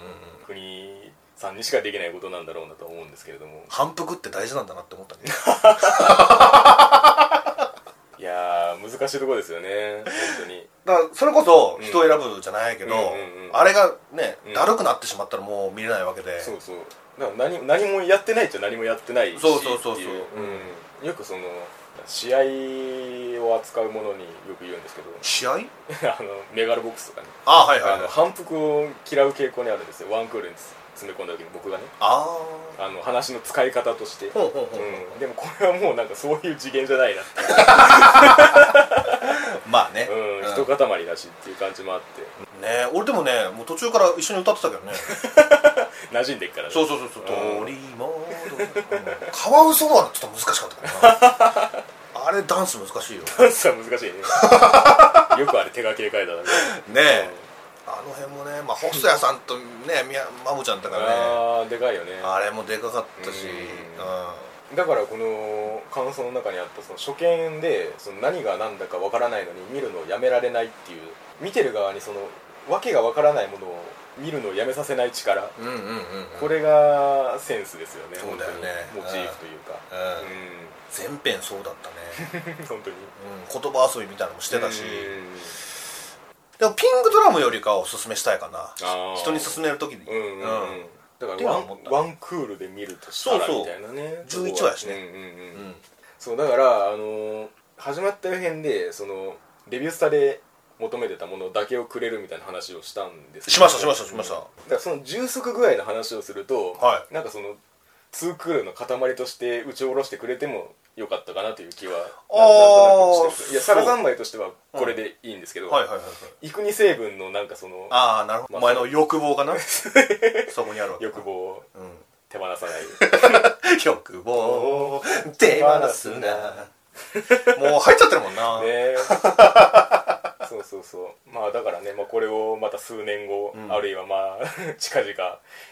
[SPEAKER 1] 国さんにしかできないことなんだろうなと思うんですけれども
[SPEAKER 2] 反復って大事なんだなって思ったね
[SPEAKER 1] いやー難しいところですよね本当に
[SPEAKER 2] だからそれこそ人を選ぶじゃないけど、
[SPEAKER 1] うんうんうん
[SPEAKER 2] あれがね、
[SPEAKER 1] うん
[SPEAKER 2] だるくなってしまったらもう見れないわけで
[SPEAKER 1] そうそうだから何何もやってないっちゃ何もやってないし
[SPEAKER 2] そうそうそうそう
[SPEAKER 1] っていうん、よくその試合を扱うものによく言うんですけど
[SPEAKER 2] 試合
[SPEAKER 1] あのメガロボックスとかね、
[SPEAKER 2] あはいはい
[SPEAKER 1] あ
[SPEAKER 2] は
[SPEAKER 1] の
[SPEAKER 2] い
[SPEAKER 1] 反復を嫌う傾向にあるんですよワンクールに詰め込んだ時に僕がね
[SPEAKER 2] あー
[SPEAKER 1] あの話の使い方として、
[SPEAKER 2] ほうほうほう、
[SPEAKER 1] うん、でもこれはもうなんかそういう次元じゃないなって
[SPEAKER 2] まあね、
[SPEAKER 1] いう、うん、
[SPEAKER 2] うん
[SPEAKER 1] 一塊だしっていう感じもあって
[SPEAKER 2] ね俺でもねもう途中から一緒に歌ってたけどね
[SPEAKER 1] 馴染んでっからね
[SPEAKER 2] そうそうそうそう
[SPEAKER 1] うん
[SPEAKER 2] 鳥もカワウソはちょっと難しかったからなあれダンス難しいよね
[SPEAKER 1] ダンスは難しい ねよくあれ手書きで書いたな
[SPEAKER 2] えあの辺もね、まあ、細谷さんとね宮マモちゃんだからね
[SPEAKER 1] あーでかいよね
[SPEAKER 2] あれもでかかったし
[SPEAKER 1] う
[SPEAKER 2] うんん
[SPEAKER 1] だからこの感想の中にあったその初見でその何が何だかわからないのに見るのをやめられないっていう見てる側にその訳がわからないものを見るのをやめさせない力
[SPEAKER 2] うんうんうんうん
[SPEAKER 1] これがセンスですよね
[SPEAKER 2] そうだよね
[SPEAKER 1] 本当にモチーフというか
[SPEAKER 2] うん全編そうだったね、
[SPEAKER 1] うん 本当に
[SPEAKER 2] うん、言葉遊びみたいなのもしてたし
[SPEAKER 1] うん
[SPEAKER 2] でもピングドラムよりかはおすすめしたいかな
[SPEAKER 1] あー
[SPEAKER 2] 人に勧める時に
[SPEAKER 1] うんうんうんだか
[SPEAKER 2] て
[SPEAKER 1] らワ
[SPEAKER 2] は思
[SPEAKER 1] ン
[SPEAKER 2] った
[SPEAKER 1] ワンクールで見るとしたら
[SPEAKER 2] そうそう
[SPEAKER 1] みたいなね
[SPEAKER 2] 11
[SPEAKER 1] そこは
[SPEAKER 2] 話やしね
[SPEAKER 1] うんうんうん
[SPEAKER 2] うん
[SPEAKER 1] そうだからあのー始まった辺でそのレビュースタで求めてたものだけをくれるみたいな話をしたんですけど
[SPEAKER 2] しましたしましたしました
[SPEAKER 1] うんだからその充足具合の話をすると、
[SPEAKER 2] は
[SPEAKER 1] なんかそのツークールの塊として打ち下ろしてくれてもよかったかなという気はなん
[SPEAKER 2] あー
[SPEAKER 1] なんとなくしてますいや
[SPEAKER 2] そ
[SPEAKER 1] サ
[SPEAKER 2] う
[SPEAKER 1] ラ三昧としてはこれでいいんですけど、
[SPEAKER 2] はいはいはいはい
[SPEAKER 1] 幾国成分のなんかその
[SPEAKER 2] ああなるほど
[SPEAKER 1] まあ
[SPEAKER 2] お前の欲望かなそこにあるわ け
[SPEAKER 1] 欲望を
[SPEAKER 2] うん
[SPEAKER 1] 手放さ ない
[SPEAKER 2] 欲望手放す なもう入っちゃってるもんな、
[SPEAKER 1] ね そうそうそうまあだからね、まあ、これをまた数年後、
[SPEAKER 2] うん
[SPEAKER 1] あるいはまあ 近々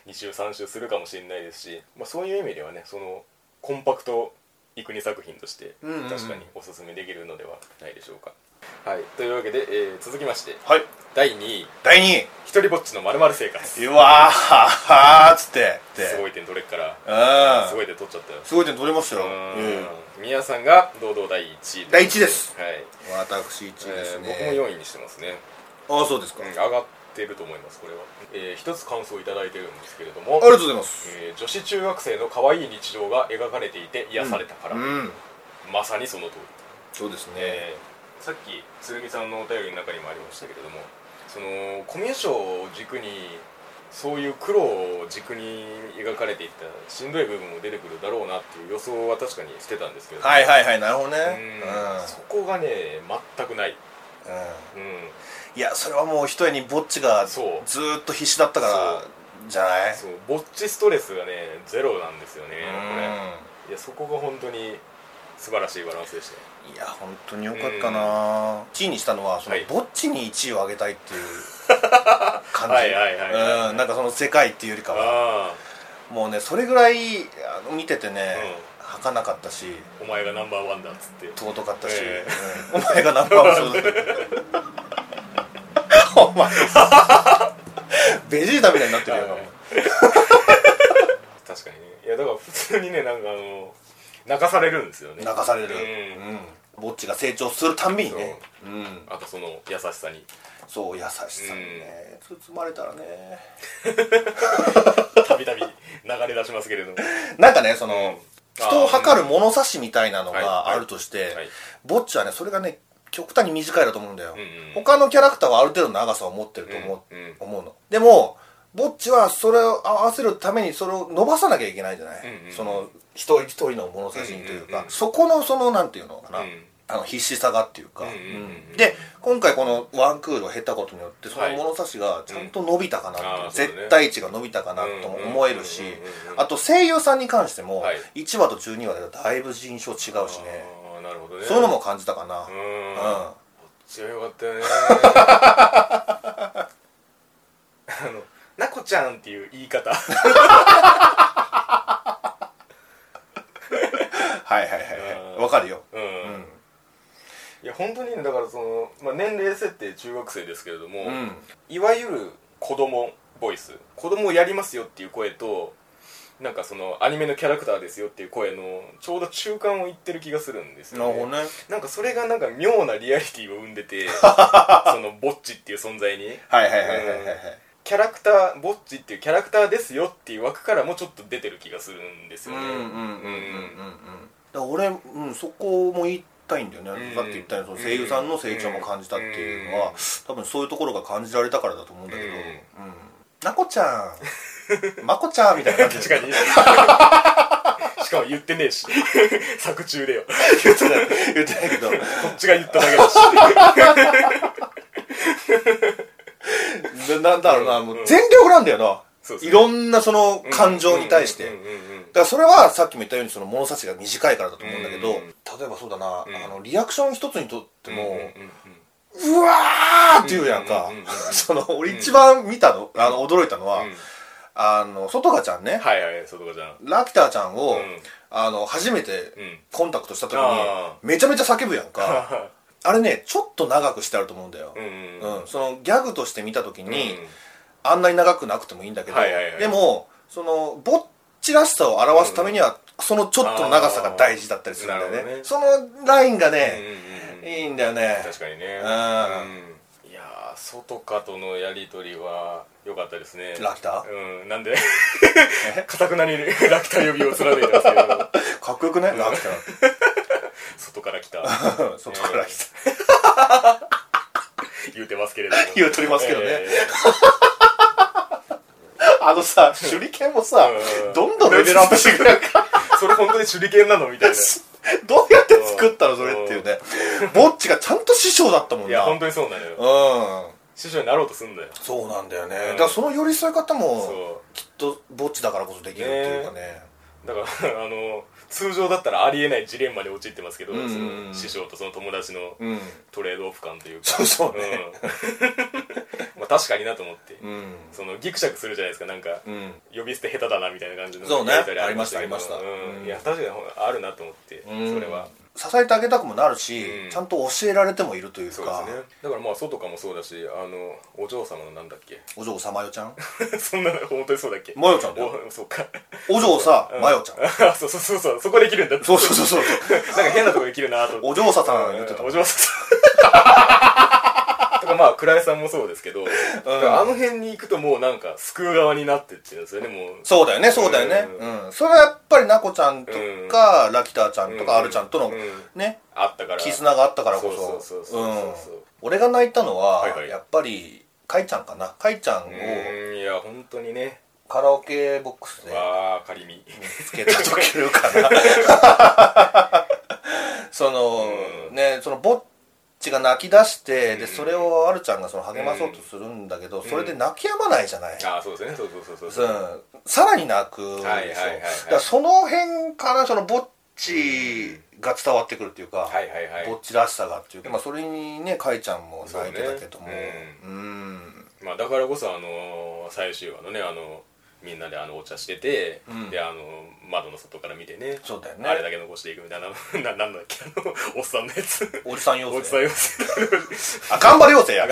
[SPEAKER 1] 2週3週するかもしれないですし、まあ、そういう意味ではねそのコンパクト幾国作品として
[SPEAKER 2] うんうんうん
[SPEAKER 1] 確かにおすすめできるのではないでしょうか、はいというわけで、えー続きまして
[SPEAKER 2] はい
[SPEAKER 1] 第2位
[SPEAKER 2] 第2位
[SPEAKER 1] 「一人ぼっちのまる生活
[SPEAKER 2] うわーはーっつって」
[SPEAKER 1] すご
[SPEAKER 2] い
[SPEAKER 1] い点どれっから
[SPEAKER 2] うん
[SPEAKER 1] すごい点取っちゃったよ
[SPEAKER 2] すごい点取れますよ、うん
[SPEAKER 1] うん宮さんが堂々第1位
[SPEAKER 2] 第一です
[SPEAKER 1] はい
[SPEAKER 2] 私1位ですね、
[SPEAKER 1] えー僕も4位にしてますね
[SPEAKER 2] ああそうですか、
[SPEAKER 1] うん
[SPEAKER 2] あ
[SPEAKER 1] 上
[SPEAKER 2] り
[SPEAKER 1] がってると思いますこれは、えー一つ感想をいただいてるんですけれども
[SPEAKER 2] が、とうございます
[SPEAKER 1] えー女子中学生の可愛い日常が描かれていて癒されたから、
[SPEAKER 2] うん
[SPEAKER 1] まさにその通り、
[SPEAKER 2] そうですね、
[SPEAKER 1] えーさっき鶴見さんのお便りの中にもありましたけれどもそのコミュ障を軸にそういう苦労を軸に描かれていったしんどい部分も出てくるだろうなっていう予想は確かにしてたんですけど、
[SPEAKER 2] はいはいはいなるほどね
[SPEAKER 1] うんそこがね全くない、
[SPEAKER 2] うん、うん
[SPEAKER 1] うん、
[SPEAKER 2] いやそれはもうひとえにぼっちが
[SPEAKER 1] そう
[SPEAKER 2] ずーっと必死だったから
[SPEAKER 1] そ
[SPEAKER 2] じゃない
[SPEAKER 1] そうぼっちストレスがねゼロなんですよね
[SPEAKER 2] う
[SPEAKER 1] これいやそこが本当に素晴らしいバランスでした
[SPEAKER 2] んいや本当によかったな1位にしたのはその
[SPEAKER 1] はい
[SPEAKER 2] ぼっちに1位をあげたいっ ていう感
[SPEAKER 1] はいはいはいはい
[SPEAKER 2] じうんなんかその世界っていうよりかは
[SPEAKER 1] あ
[SPEAKER 2] もうねそれぐらいあの見ててね儚かったし
[SPEAKER 1] あお前がナンバーワンだっつって
[SPEAKER 2] 尊かったし
[SPEAKER 1] え
[SPEAKER 2] うんお前がナンバーワンそうだ お前ベジータみたいになってるよ
[SPEAKER 1] はい確かにねいやだから普通にねなんかあの泣かされるんですよね
[SPEAKER 2] 泣かされる
[SPEAKER 1] うん
[SPEAKER 2] うんぼっちが成長するたんびにねうん
[SPEAKER 1] あとその優しさに
[SPEAKER 2] そう優しさにね、包まれたらね
[SPEAKER 1] たびたび流れ出しますけれども
[SPEAKER 2] なんかねその、
[SPEAKER 1] うん
[SPEAKER 2] 人を測る
[SPEAKER 1] あ
[SPEAKER 2] 物差しみたいなの
[SPEAKER 1] は
[SPEAKER 2] が
[SPEAKER 1] い
[SPEAKER 2] あるとして、
[SPEAKER 1] はい
[SPEAKER 2] ぼっちはねそれがね極端に短いだと思うんだよ、
[SPEAKER 1] うんうん
[SPEAKER 2] 他のキャラクターはある程度の長さを持ってると思う,、
[SPEAKER 1] うんうん
[SPEAKER 2] 思うのでもぼっちはそれを合わせるためにそれを伸ばさなきゃいけないじゃない、
[SPEAKER 1] うんうん
[SPEAKER 2] その一人一人の物差しにという
[SPEAKER 1] う
[SPEAKER 2] か、
[SPEAKER 1] んうんうん
[SPEAKER 2] そこのそのなんていうのかな、
[SPEAKER 1] うん
[SPEAKER 2] あの必死さがっていうか、
[SPEAKER 1] うんうんうんうん
[SPEAKER 2] で今回このワンクールを経ったことによってその
[SPEAKER 1] はい
[SPEAKER 2] 物差しがちゃんと伸びたかなっていう、
[SPEAKER 1] うんあーそうだね
[SPEAKER 2] 絶対値が伸びたかなとも思えるし
[SPEAKER 1] うんうんうんうんうん
[SPEAKER 2] あと声優さんに関しても
[SPEAKER 1] はい
[SPEAKER 2] 1話と12話ではだいぶ印象違うしね、
[SPEAKER 1] ああなるほどね
[SPEAKER 2] そういうのも感じたかな
[SPEAKER 1] う
[SPEAKER 2] うん、
[SPEAKER 1] ん違うよかっ たよねあの「なこちゃん」っていう言い方あ
[SPEAKER 2] はいはいはいはいわかるよ
[SPEAKER 1] うん、
[SPEAKER 2] うん
[SPEAKER 1] いや本当にねだからその、まあ、年齢設定中学生ですけれども、
[SPEAKER 2] うん
[SPEAKER 1] いわゆる子供ボイス子供をやりますよっていう声となんかそのアニメのキャラクターですよっていう声のちょうど中間を言ってる気がするんです
[SPEAKER 2] なる
[SPEAKER 1] よ
[SPEAKER 2] ほどね
[SPEAKER 1] なんかそれがなんか妙なリアリティを生んで てそのぼっちっていう存在に
[SPEAKER 2] はいはいはいはいはいはい
[SPEAKER 1] キャラクターぼっちっていうキャラクターですよっていう枠からもちょっと出てる気がするんです
[SPEAKER 2] う
[SPEAKER 1] よ
[SPEAKER 2] ん
[SPEAKER 1] ね
[SPEAKER 2] うんうんうんうんうん
[SPEAKER 1] うん
[SPEAKER 2] だから俺、うん、そこも言いたいんだよね、
[SPEAKER 1] うん
[SPEAKER 2] さっき言ったようにその声優さんの成長も感じたっていうのは、
[SPEAKER 1] うん
[SPEAKER 2] 多分そういうところが感じられたからだと思うんだけど、
[SPEAKER 1] うん
[SPEAKER 2] うんなこちゃんまこちゃんみたいな感
[SPEAKER 1] 確
[SPEAKER 2] じで
[SPEAKER 1] かにしかも言ってねえし 作中でよこ
[SPEAKER 2] 言ってない言ってないけど
[SPEAKER 1] っちが言っただけだし
[SPEAKER 2] ななんだろうな、もう
[SPEAKER 1] うん
[SPEAKER 2] 全力なんだよな、
[SPEAKER 1] そうですね
[SPEAKER 2] いろんなその感情に対して、
[SPEAKER 1] うんうんうんうん
[SPEAKER 2] だからそれはさっきも言ったようにその物差しが短いからだと思うんだけど、
[SPEAKER 1] うん
[SPEAKER 2] 例えばそうだな、
[SPEAKER 1] ん
[SPEAKER 2] あのリアクション一つにとっても、
[SPEAKER 1] うんうんうん
[SPEAKER 2] うわーっていうやんか
[SPEAKER 1] うんうんうんうん。
[SPEAKER 2] その、俺一番見たの、あの、驚いたのは、
[SPEAKER 1] うん
[SPEAKER 2] あの、外賀ちゃんね、
[SPEAKER 1] はいはい外子ちゃん
[SPEAKER 2] ラキターちゃんを、
[SPEAKER 1] うん
[SPEAKER 2] あの、初めて
[SPEAKER 1] うん
[SPEAKER 2] コンタクトした時に
[SPEAKER 1] あ、
[SPEAKER 2] めちゃめちゃ叫ぶやんか。あれね、ちょっと長くしてあると思うんだよ。
[SPEAKER 1] うんうんうん
[SPEAKER 2] うんその、ギャグとして見た時に、
[SPEAKER 1] うん
[SPEAKER 2] あんなに長くなくてもいいんだけど、
[SPEAKER 1] はいはいはい
[SPEAKER 2] でも、その、ぼっちらしさを表すためには、そのちょっとの長さが大事だったりするんだよ
[SPEAKER 1] あーなるほど
[SPEAKER 2] ね。
[SPEAKER 1] ね
[SPEAKER 2] そのラインが
[SPEAKER 1] うん
[SPEAKER 2] ね、
[SPEAKER 1] うんうん
[SPEAKER 2] いいんだよね。
[SPEAKER 1] 確かにねう
[SPEAKER 2] う
[SPEAKER 1] んいやー外かとのやり取りは良かったですね
[SPEAKER 2] ラキタ
[SPEAKER 1] うんなんでかたくなに ラキタ呼びを貫いてますけど
[SPEAKER 2] かっこよくないラキター。
[SPEAKER 1] 外から 来た
[SPEAKER 2] 外から来
[SPEAKER 1] た言うてますけれども
[SPEAKER 2] 言うておりますけどね
[SPEAKER 1] え
[SPEAKER 2] あのさ、手裏剣もさ
[SPEAKER 1] うん、
[SPEAKER 2] どんどんレベルアップしてくるか
[SPEAKER 1] ーそれ本当に手裏剣なのみ たいな
[SPEAKER 2] ら、どうやって作ったのそれっていうね。ぼっちがちゃんと師匠だったもん
[SPEAKER 1] いや
[SPEAKER 2] な。うん
[SPEAKER 1] 本。当にそうなのよ師匠になろうとすんだよ
[SPEAKER 2] そうなんだよね。
[SPEAKER 1] うん
[SPEAKER 2] だからその寄り添い方も、
[SPEAKER 1] そ
[SPEAKER 2] きっとぼっちだからこそできるっていうかね。
[SPEAKER 1] うだからあの通常だったらありえないジレンマに陥ってますけど、
[SPEAKER 2] うんうん
[SPEAKER 1] その師匠とその友達の
[SPEAKER 2] うん。
[SPEAKER 1] トレードオフ感というか
[SPEAKER 2] そうそうね
[SPEAKER 1] うん まあ確かになと思って、
[SPEAKER 2] うん。
[SPEAKER 1] そのギクシャクするじゃないですかなんか、
[SPEAKER 2] うん。
[SPEAKER 1] 呼び捨て下手だなみたいな感じの
[SPEAKER 2] そうね
[SPEAKER 1] やり取りけど
[SPEAKER 2] ありましたありました
[SPEAKER 1] う、
[SPEAKER 2] うんん
[SPEAKER 1] いや確かにほんあるなと思って、
[SPEAKER 2] うん
[SPEAKER 1] それは
[SPEAKER 2] 支えてあげたくもなるし
[SPEAKER 1] うん、
[SPEAKER 2] ちゃんと教えられてもいるという
[SPEAKER 1] そうで
[SPEAKER 2] か
[SPEAKER 1] すね、だからまあ外かもそうだしあのお嬢様のなんだっけ
[SPEAKER 2] お嬢さまよちゃん
[SPEAKER 1] そんなの本当にそうだっけ
[SPEAKER 2] まよちゃんだよ。
[SPEAKER 1] おそうか
[SPEAKER 2] お嬢さまよちゃん。
[SPEAKER 1] あそうそうそうそうそこできるんだって
[SPEAKER 2] そうそうそうそう。
[SPEAKER 1] なんか変なとこできるなと思って
[SPEAKER 2] お嬢ささん言ってた
[SPEAKER 1] お。嬢さんとかまあ倉井さんもそうですけど、あの辺に行くともうなんか救う側になってってるんですよねもう
[SPEAKER 2] そうだよね、そうだよね。
[SPEAKER 1] う
[SPEAKER 2] うん。それはやっぱり、なこちゃんとか、ラキターちゃんとか、アルちゃんとの
[SPEAKER 1] うん、
[SPEAKER 2] ね、
[SPEAKER 1] あったから
[SPEAKER 2] 絆があったからこ
[SPEAKER 1] そうそう
[SPEAKER 2] そ。
[SPEAKER 1] そう
[SPEAKER 2] う
[SPEAKER 1] そ
[SPEAKER 2] ん
[SPEAKER 1] うそう。
[SPEAKER 2] 俺が泣いたの
[SPEAKER 1] はいは
[SPEAKER 2] は、
[SPEAKER 1] い
[SPEAKER 2] やっぱり、かいちゃんかな。かいちゃんを
[SPEAKER 1] うんいや本当にね
[SPEAKER 2] カラオケボックスで
[SPEAKER 1] わあ仮に
[SPEAKER 2] つけた時きるか な。その、ね、その、ぼっちが泣き出して、
[SPEAKER 1] うん
[SPEAKER 2] でそれをあるちゃんがその励まそうとするんだけど、それで泣き止まないじゃない、
[SPEAKER 1] ああそうですねそうそうそうそう
[SPEAKER 2] うんさらに泣くんですよ、
[SPEAKER 1] はいはいはいはい
[SPEAKER 2] だからその辺からそのぼっちが伝わってくるっていうか、
[SPEAKER 1] はいはいはい
[SPEAKER 2] ぼっちらしさがっていうか、まあ、それにねかいちゃんも泣いてたけどもう,、
[SPEAKER 1] そうね
[SPEAKER 2] ん
[SPEAKER 1] まあだからこそあのー最終話のねあのみんなであのお茶してて、
[SPEAKER 2] ん
[SPEAKER 1] であの窓の外から見てね
[SPEAKER 2] そうだよね
[SPEAKER 1] あれだけ残していくみたいな ななんだっけあのおっさんのやつ
[SPEAKER 2] おじさん要
[SPEAKER 1] おじ
[SPEAKER 2] 請
[SPEAKER 1] さん要請
[SPEAKER 2] あ頑張れ要 請や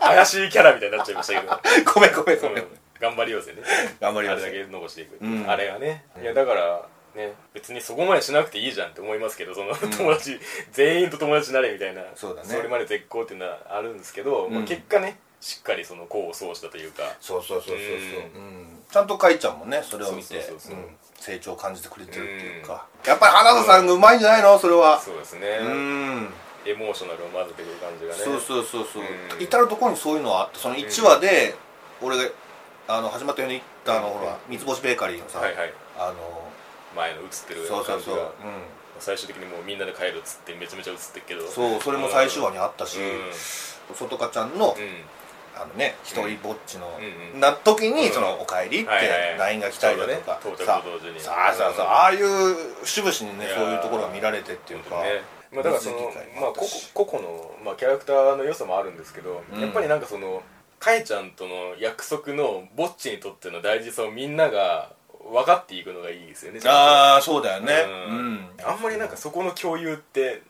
[SPEAKER 1] 怪しいキャラみたいになっちゃいましたけど
[SPEAKER 2] ごめんごめんご
[SPEAKER 1] う
[SPEAKER 2] めん
[SPEAKER 1] ん頑張りようぜね
[SPEAKER 2] 頑張り
[SPEAKER 1] あ
[SPEAKER 2] 要
[SPEAKER 1] れだ
[SPEAKER 2] 請
[SPEAKER 1] け残していく、
[SPEAKER 2] うん
[SPEAKER 1] あれがねいやだからね別にそこまでしなくていいじゃんって思いますけどその、友達全員と友達になれみたいな
[SPEAKER 2] そうだね
[SPEAKER 1] れまで絶好っていうのはあるんですけど、ま
[SPEAKER 2] う
[SPEAKER 1] あ、
[SPEAKER 2] ん
[SPEAKER 1] 結果ねしっかりその功を奏したというか
[SPEAKER 2] そうそうそうそうそう、うんちゃんとかいちゃんもねそれを見て
[SPEAKER 1] そうそうそうそう
[SPEAKER 2] うん成長を感じてくれてるっていうか、やっぱり花田さんがうまいんじゃないのそれは
[SPEAKER 1] そうです
[SPEAKER 2] う
[SPEAKER 1] ね、
[SPEAKER 2] ん、
[SPEAKER 1] エモーショナルを混ぜてくる感じがね
[SPEAKER 2] そうそうそうそう、
[SPEAKER 1] うん
[SPEAKER 2] 至る所にそういうのはあってその1話で俺があの始まったように言ったあのほら三つ星ベーカリーのさ、
[SPEAKER 1] はいはい
[SPEAKER 2] あの
[SPEAKER 1] 前の映ってる
[SPEAKER 2] そうそ
[SPEAKER 1] 感
[SPEAKER 2] う
[SPEAKER 1] じ
[SPEAKER 2] そう、
[SPEAKER 1] が
[SPEAKER 2] う
[SPEAKER 1] 最終的にもうみんなで帰るっつってめちゃめちゃ映ってるけど
[SPEAKER 2] ん、そうそれも最終話にあったし、
[SPEAKER 1] う
[SPEAKER 2] 外香ちゃんの
[SPEAKER 1] ん、うん
[SPEAKER 2] あのね一人ぼっちの、
[SPEAKER 1] うんうん
[SPEAKER 2] な時に
[SPEAKER 1] うん
[SPEAKER 2] 「そのおかえり」って
[SPEAKER 1] はいはいはい
[SPEAKER 2] LINE が来たりだとか
[SPEAKER 1] そうだね到
[SPEAKER 2] さ
[SPEAKER 1] 着と同時に
[SPEAKER 2] さあさあさあああいう節々にね
[SPEAKER 1] いやー
[SPEAKER 2] そういうところが見られてっていうか
[SPEAKER 1] ねまあ、だからその
[SPEAKER 2] 水着会、
[SPEAKER 1] ま
[SPEAKER 2] もあ
[SPEAKER 1] あ、
[SPEAKER 2] った
[SPEAKER 1] 個
[SPEAKER 2] し
[SPEAKER 1] 々個々の、まあ、キャラクターの良さもあるんですけど、
[SPEAKER 2] うん
[SPEAKER 1] やっぱりなんかそのかえちゃんとの約束のぼっちにとっての大事さをみんなが分かっていくのがいいですよね
[SPEAKER 2] ああそうだよ
[SPEAKER 1] あ
[SPEAKER 2] ね
[SPEAKER 1] う
[SPEAKER 2] うんん
[SPEAKER 1] あんまりなんかそこの共有って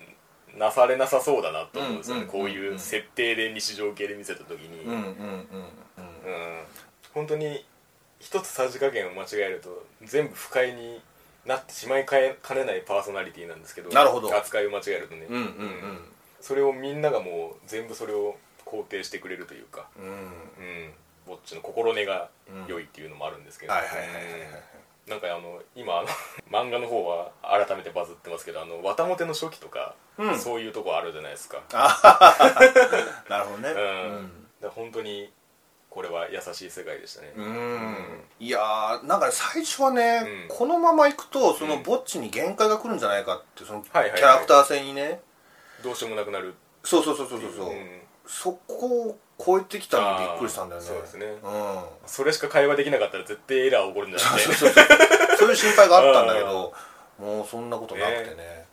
[SPEAKER 1] なされなさそうだなと思うんですよね、
[SPEAKER 2] うんうん
[SPEAKER 1] こういう設定で日常系で見せた時に、
[SPEAKER 2] うんうんうん
[SPEAKER 1] うん本当に一つさじ加減を間違えると全部不快になってしまいかえかねないパーソナリティなんですけど
[SPEAKER 2] なるほど
[SPEAKER 1] 扱いを間違えるとね、
[SPEAKER 2] うんうんうん
[SPEAKER 1] それをみんながもう全部それを肯定してくれるというか、
[SPEAKER 2] うんうん
[SPEAKER 1] うん、ぼっちの心根が良いっていうのもあるんですけど、
[SPEAKER 2] はいはいはいはいはい
[SPEAKER 1] うんなんかあの今あの 漫画の方は改めてバズってますけどあの綿モテの初期とか、
[SPEAKER 2] うん
[SPEAKER 1] そういうとこあるじゃないですか、
[SPEAKER 2] なるほどね
[SPEAKER 1] うんだ
[SPEAKER 2] うん
[SPEAKER 1] から本当にこれは優しい世界でしたね、
[SPEAKER 2] うんいやーなんかね最初はね、
[SPEAKER 1] うん
[SPEAKER 2] このままいくとそうの
[SPEAKER 1] ん
[SPEAKER 2] ぼっちに限界が来るんじゃないかってそのキ
[SPEAKER 1] はい
[SPEAKER 2] ャ
[SPEAKER 1] はいはい
[SPEAKER 2] ラクター性にね、
[SPEAKER 1] どうしようもなくなる
[SPEAKER 2] そうそうそうそうそう、う
[SPEAKER 1] うん
[SPEAKER 2] そこを超えてきたのにびっくりしたんだよね
[SPEAKER 1] あーそうですね
[SPEAKER 2] うん、
[SPEAKER 1] それしか会話できなかったら絶対エラー起こるんじゃない
[SPEAKER 2] そ うそうそうそういう心配があったんだけどもうそんなことなくてね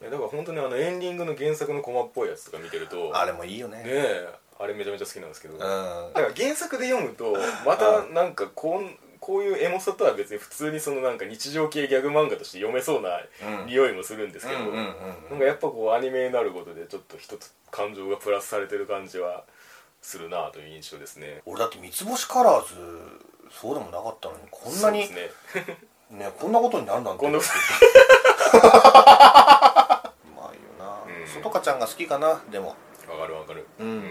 [SPEAKER 1] いやだから本当にあのエンディングの原作のコマっぽいやつとか見てる
[SPEAKER 2] う
[SPEAKER 1] と
[SPEAKER 2] ん、あれもいいよね
[SPEAKER 1] ねえあれめちゃめちゃ好きなんですけど、
[SPEAKER 2] うん
[SPEAKER 1] だから原作で読むとまたなんかこうこういうエモさとは別に普通にそのなんか日常系ギャグ漫画として読めそうな
[SPEAKER 2] うん
[SPEAKER 1] 匂いもするんですけど、
[SPEAKER 2] うんうんうん
[SPEAKER 1] なんかやっぱこうアニメになることでちょっと一つ感情がプラスされてる感じはするなという印象ですね
[SPEAKER 2] 俺だって三つ星カラーズそうでもなかったのにこんなに
[SPEAKER 1] そう
[SPEAKER 2] ね
[SPEAKER 1] ですね
[SPEAKER 2] こんなことになるなんて
[SPEAKER 1] こん なこ
[SPEAKER 2] うまいよな、
[SPEAKER 1] うん
[SPEAKER 2] 外香ちゃんが好きかなでも
[SPEAKER 1] とわかるわかる
[SPEAKER 2] うん
[SPEAKER 1] うん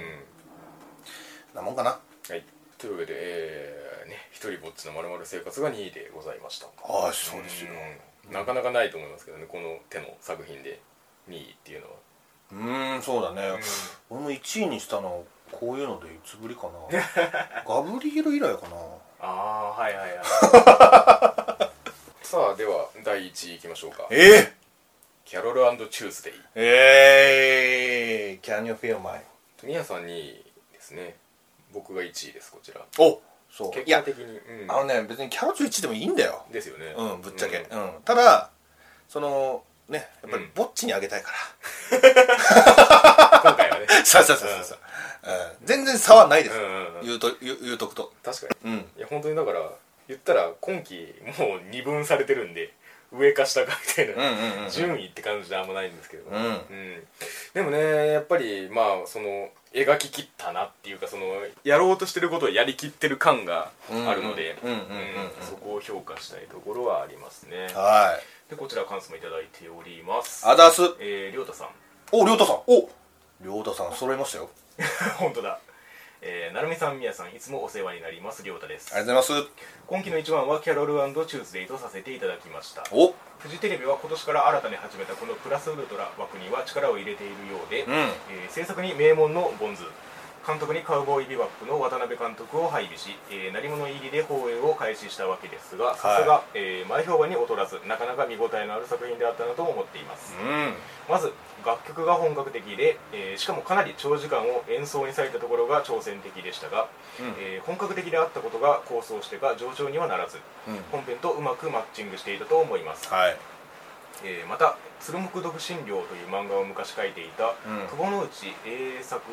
[SPEAKER 2] なもんかな
[SPEAKER 1] はい、というわけで、えーね、一人ぼっちのまるまる生活が2位でございました
[SPEAKER 2] ああそうですよ
[SPEAKER 1] うんなかなかないと思いますけどねこの手の作品で2位っていうのは
[SPEAKER 2] うーんそうだね、俺も1位にしたのこういうのでいつぶりか なガブリエル以来かな
[SPEAKER 1] ああはいはいはい さあでは第1位いきましょうか
[SPEAKER 2] ええ
[SPEAKER 1] キャロルチューズデイ
[SPEAKER 2] ええー、Can you feel my
[SPEAKER 1] 富谷さん2位ですね僕が1位ですこちら
[SPEAKER 2] おそうい
[SPEAKER 1] 結果
[SPEAKER 2] や
[SPEAKER 1] 的にうん
[SPEAKER 2] あのね別にキャロチュ1でもいいんだよ
[SPEAKER 1] ですよね
[SPEAKER 2] うんぶっちゃけ、うんただそのねやっぱ
[SPEAKER 1] う
[SPEAKER 2] り
[SPEAKER 1] ん
[SPEAKER 2] ぼっちにあげたいか
[SPEAKER 1] 今回は ね
[SPEAKER 2] ら、そうそうそうそうそう、うん、全然差はないで
[SPEAKER 1] う
[SPEAKER 2] す、
[SPEAKER 1] んうんうん
[SPEAKER 2] 言うと言う言うとくと
[SPEAKER 1] 確かに
[SPEAKER 2] うん
[SPEAKER 1] いや本当にだから言ったら今期もう二分されてるんで上か下かみたいな、
[SPEAKER 2] うんうんうん
[SPEAKER 1] 順位って感じであんまないんですけど、
[SPEAKER 2] うん
[SPEAKER 1] でもねやっぱりまあその描ききったなっていうかそのやろうとしてることをやりきってる感があるので
[SPEAKER 2] うんうんうんうん
[SPEAKER 1] うんそこを評価したいところはありますね
[SPEAKER 2] はい
[SPEAKER 1] でこちら感想もいただいております
[SPEAKER 2] アダース
[SPEAKER 1] えー、りょうたさん
[SPEAKER 2] おりょうたさんおりょうたさん揃いましたよ
[SPEAKER 1] 本当だえー、なるみさんみやさんいつもお世話になりますりょうたです
[SPEAKER 2] ありがとうございます
[SPEAKER 1] 今期の一番はキャロルチューズデイとさせていただきました
[SPEAKER 2] お
[SPEAKER 1] フジテレビは今年から新たに始めたこのプラスウルトラ枠には力を入れているようで、
[SPEAKER 2] うん
[SPEAKER 1] えー制作に名門のボンズ監督にカウボーイビバップの渡辺監督を配備し、えー、鳴り物入りで放映を開始したわけですがさすが、えー前評判に劣らずなかなか見応えのある作品であったなと思っています、
[SPEAKER 2] うん
[SPEAKER 1] まず楽曲が本格的で、えーしかもかなり長時間を演奏に割いたところが挑戦的でしたが、
[SPEAKER 2] うん
[SPEAKER 1] えー本格的であったことが構想してか上調にはならず
[SPEAKER 2] うん
[SPEAKER 1] 本編とうまくマッチングしていたと思います、
[SPEAKER 2] はい
[SPEAKER 1] えーまた「鶴木独身寮」という漫画を昔書いていた、
[SPEAKER 2] うん
[SPEAKER 1] 久保之内栄作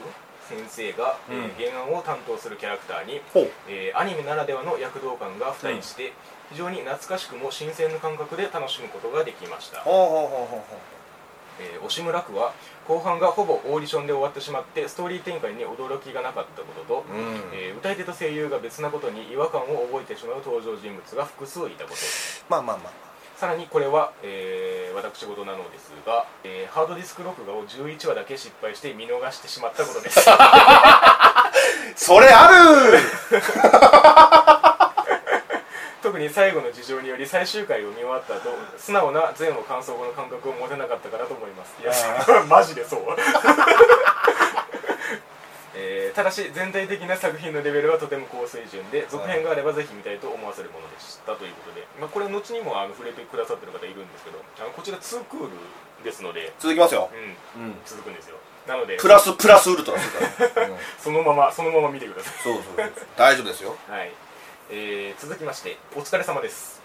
[SPEAKER 1] 先生が、えー
[SPEAKER 2] うん
[SPEAKER 1] 原案を担当するキャラクターに、
[SPEAKER 2] ほう
[SPEAKER 1] えーアニメならではの躍動感が付帯して、非常に懐かしくも新鮮な感覚で楽しむことができました
[SPEAKER 2] ほうほうほうほうほ
[SPEAKER 1] えー、押村区は後半がほぼオーディションで終わってしまってストーリー展開に驚きがなかったことと、
[SPEAKER 2] ううん
[SPEAKER 1] えー歌い手と声優が別なことに違和感を覚えてしまう登場人物が複数いたこと
[SPEAKER 2] まあまあまあ
[SPEAKER 1] さらにこれは、えー私事なのですが、えーハードディスク録画を11話だけ失敗して見逃してしまったことです
[SPEAKER 2] それある
[SPEAKER 1] 特に最後の事情により最終回を見終わった後素直な前後感想後の感覚を持てなかったかなと思いますいや マジでそうえーただし全体的な作品のレベルはとても高水準で続編があればぜひ見たいと思わせるものでしたということで、まあ、これ後にもあの触れてくださってる方いるんですけどあのこちら2クールですので、
[SPEAKER 2] 続きますよ
[SPEAKER 1] う、ん、
[SPEAKER 2] うん、
[SPEAKER 1] 続くんですよなので
[SPEAKER 2] プラスプラスウルトラするから、うん、
[SPEAKER 1] そのままそのまま見てくださ
[SPEAKER 2] そうそうそう大丈夫ですよ
[SPEAKER 1] い、はいえー続きましてお疲れ様です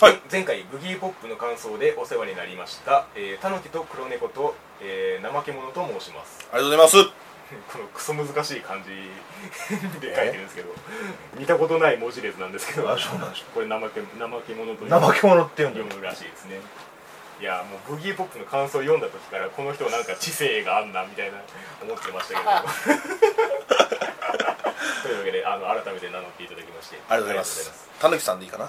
[SPEAKER 2] はい
[SPEAKER 1] 前回ブギーポップの感想でお世話になりました、えー、タヌキと黒猫と、えー、怠け者と申します
[SPEAKER 2] ありがとうございます
[SPEAKER 1] このクソ難しい漢字で書いてるんですけど見たことない文字列なんですけど
[SPEAKER 2] あそうなんです
[SPEAKER 1] これ怠け怠け者という
[SPEAKER 2] け者って言
[SPEAKER 1] 読むらしいですねいやもうブギーポップの感想を読んだ時からこの人なんか知性があんなみたいな思ってました けどというわけであの改めて名乗っていただきまして
[SPEAKER 2] ありがとうございますたぬきさんでいいかな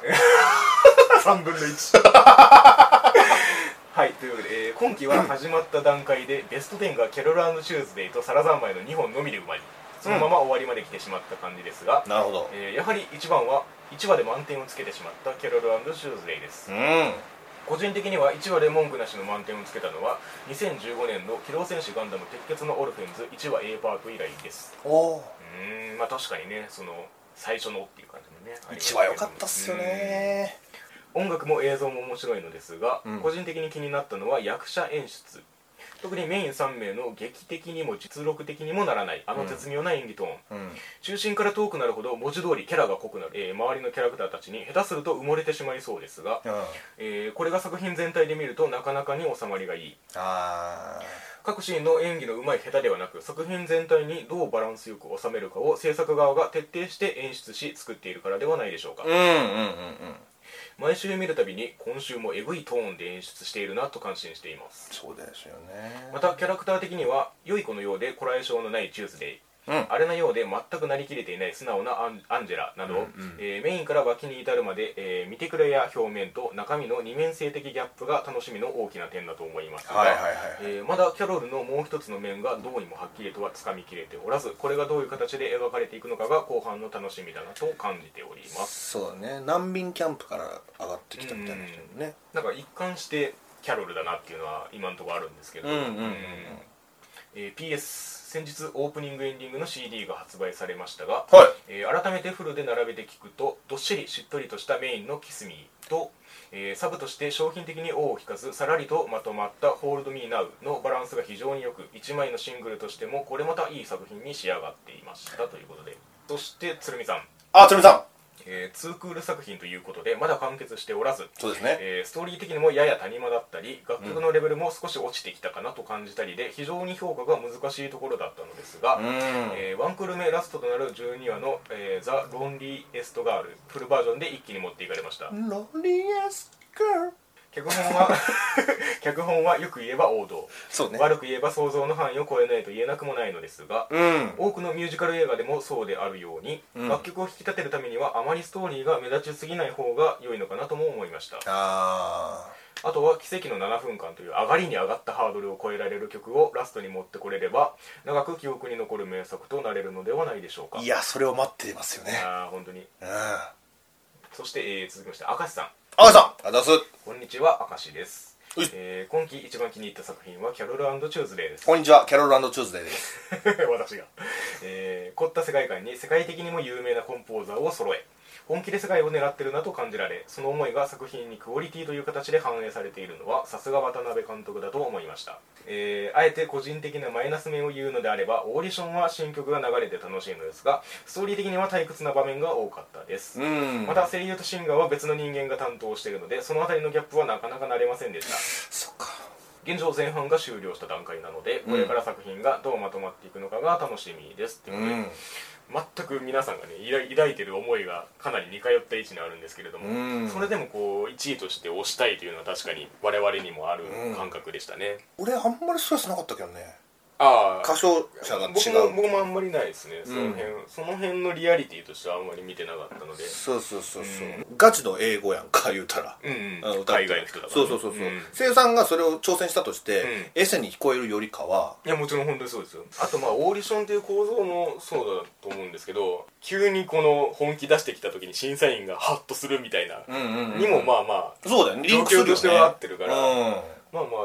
[SPEAKER 1] 3分の1 はいというわけで、えー今期は始まった段階でベスト10がキャロルチューズデイとサラザンマイの2本のみで埋まりそのまま終わりまで来てしまった感じですが、
[SPEAKER 2] なるほど
[SPEAKER 1] えーやはり一番は1話で満点をつけてしまったキャロルチューズデイです、
[SPEAKER 2] うん
[SPEAKER 1] 個人的には1話で文句なしの満点をつけたのは2015年の「機動戦士ガンダム鉄血のオルフェンズ」1話 A パーク以来です
[SPEAKER 2] おお
[SPEAKER 1] うーんまあ確かにねその最初のっていう感じもねありましたけど
[SPEAKER 2] 一話良かったっすよね
[SPEAKER 1] 音楽も映像も面白いのですが、
[SPEAKER 2] うん
[SPEAKER 1] 個人的に気になったのは役者演出特にメイン3名の劇的にも実力的にもならないあの絶妙な演技トーン、
[SPEAKER 2] うん
[SPEAKER 1] 中心から遠くなるほど文字通りキャラが濃くなる、えー周りのキャラクターたちに下手すると埋もれてしまいそうですが、
[SPEAKER 2] うんあ
[SPEAKER 1] えーこれが作品全体で見るとなかなかに収まりがいい
[SPEAKER 2] あ
[SPEAKER 1] 各シーンの演技の上手い下手ではなく作品全体にどうバランスよく収めるかを制作側が徹底して演出し作っているからではないでしょうか
[SPEAKER 2] うんうんうんうん
[SPEAKER 1] 毎週見るたびに今週もエグいトーンで演出しているなと感心しています
[SPEAKER 2] そうですよね
[SPEAKER 1] またキャラクター的には良い子のようでこらえ性のないチューズデイ
[SPEAKER 2] うん
[SPEAKER 1] あれのようで全くなりきれていない素直なアンアンジェラなど、えーメインから脇に至るまで、えー見てくれや表面と中身の二面性的ギャップが楽しみの大きな点だと思いますが、
[SPEAKER 2] はいはいはい
[SPEAKER 1] えーまだキャロルのもう一つの面がどうにもはっきりとはつかみきれておらずこれがどういう形で描かれていくのかが後半の楽しみだなと感じております
[SPEAKER 2] そうだね難民キャンプから上がってきたみたいな人もね
[SPEAKER 1] なんか一貫してキャロルだなっていうのは今のところあるんですけど、
[SPEAKER 2] うんうんうんうん
[SPEAKER 1] えー PS 先日オープニングエンディングの CD が発売されましたが、
[SPEAKER 2] は
[SPEAKER 1] えー改めてフルで並べて聞くとどっしりしっとりとしたメインの「キスミーと、えーサブとして商品的に尾を引かずさらりとまとまった「ホールドミーナウのバランスが非常によく1枚のシングルとしてもこれまたいい作品に仕上がっていましたということでそして鶴見さん、
[SPEAKER 2] あ鶴見さん
[SPEAKER 1] えー、ツークール作品ということでまだ完結しておらず
[SPEAKER 2] そうですね
[SPEAKER 1] えーストーリー的にもやや谷間だったり楽曲のレベルも少し落ちてきたかなと感じたりで非常に評価が難しいところだったのですが、
[SPEAKER 2] うん
[SPEAKER 1] えーワンクール目ラストとなる12話の「えー、ザ・ロンリーエスト・ガール」フルバージョンで一気に持っていかれました
[SPEAKER 2] ロリアスガール
[SPEAKER 1] 脚本は 脚本はよく言えば王道、
[SPEAKER 2] そうね
[SPEAKER 1] 悪く言えば想像の範囲を超えないと言えなくもないのですが、
[SPEAKER 2] うん
[SPEAKER 1] 多くのミュージカル映画でもそうであるように、
[SPEAKER 2] うん
[SPEAKER 1] 楽曲を引き立てるためにはあまりストーリーが目立ちすぎない方が良いのかなとも思いました
[SPEAKER 2] あ
[SPEAKER 1] あとは「奇跡の7分間」という上がりに上がったハードルを超えられる曲をラストに持ってこれれば長く記憶に残る名作となれるのではないでしょうか
[SPEAKER 2] あいやそれを待ってますよね
[SPEAKER 1] あー本当に
[SPEAKER 2] うんあ
[SPEAKER 1] そして、えー続きまして明石さん
[SPEAKER 2] あさんあざっす
[SPEAKER 1] こんにちは明石です
[SPEAKER 2] うい
[SPEAKER 1] えー今期一番気に入った作品はキャロルチューズデーです
[SPEAKER 2] こんにちはキャロルチューズデーです
[SPEAKER 1] 私が、えー凝った世界観に世界的にも有名なコンポーザーを揃え本気で世界を狙ってるなと感じられその思いが作品にクオリティという形で反映されているのはさすが渡辺監督だと思いました、えーあえて個人的なマイナス面を言うのであればオーディションは新曲が流れて楽しいのですがストーリー的には退屈な場面が多かったです
[SPEAKER 2] うん
[SPEAKER 1] また声優とシンガーは別の人間が担当しているのでその辺りのギャップはなかなか慣れませんでした
[SPEAKER 2] そっか
[SPEAKER 1] 現状前半が終了した段階なのでこれから作品がどうまとまっていくのかが楽しみです、
[SPEAKER 2] う
[SPEAKER 1] というんことで全く皆さんがね抱い抱いてる思いがかなり似通った位置にあるんですけれども、
[SPEAKER 2] うん
[SPEAKER 1] それでもこう1位として推したいというのは確かに我々にもある感覚でしたね、
[SPEAKER 2] 俺あんまりストレスなかったけどね
[SPEAKER 1] あ
[SPEAKER 2] 歌唱者が違う
[SPEAKER 1] 僕も僕もあんまりないですね、
[SPEAKER 2] うん
[SPEAKER 1] その辺その辺のリアリティとしてはあんまり見てなかったので
[SPEAKER 2] そうそうそうそう、ガチの英語やんか言うたら、
[SPEAKER 1] うん
[SPEAKER 2] あ
[SPEAKER 1] う
[SPEAKER 2] の
[SPEAKER 1] ん、
[SPEAKER 2] 歌って
[SPEAKER 1] 海外の人だからね、
[SPEAKER 2] そうそうそうそう、
[SPEAKER 1] ん
[SPEAKER 2] 声優さんがそれを挑戦したとして、
[SPEAKER 1] う
[SPEAKER 2] エセに聞こえるよりかはい
[SPEAKER 1] やもちろん本当にそうですよあとまあオーディションっていう構造もそうだと思うんですけど急にこの本気出してきた時に審査員がハッとするみたいな、
[SPEAKER 2] ん
[SPEAKER 1] にもまあまあ
[SPEAKER 2] そうだよねリンクするよ
[SPEAKER 1] 状況と
[SPEAKER 2] ね
[SPEAKER 1] しては合ってるから
[SPEAKER 2] うん、
[SPEAKER 1] まあま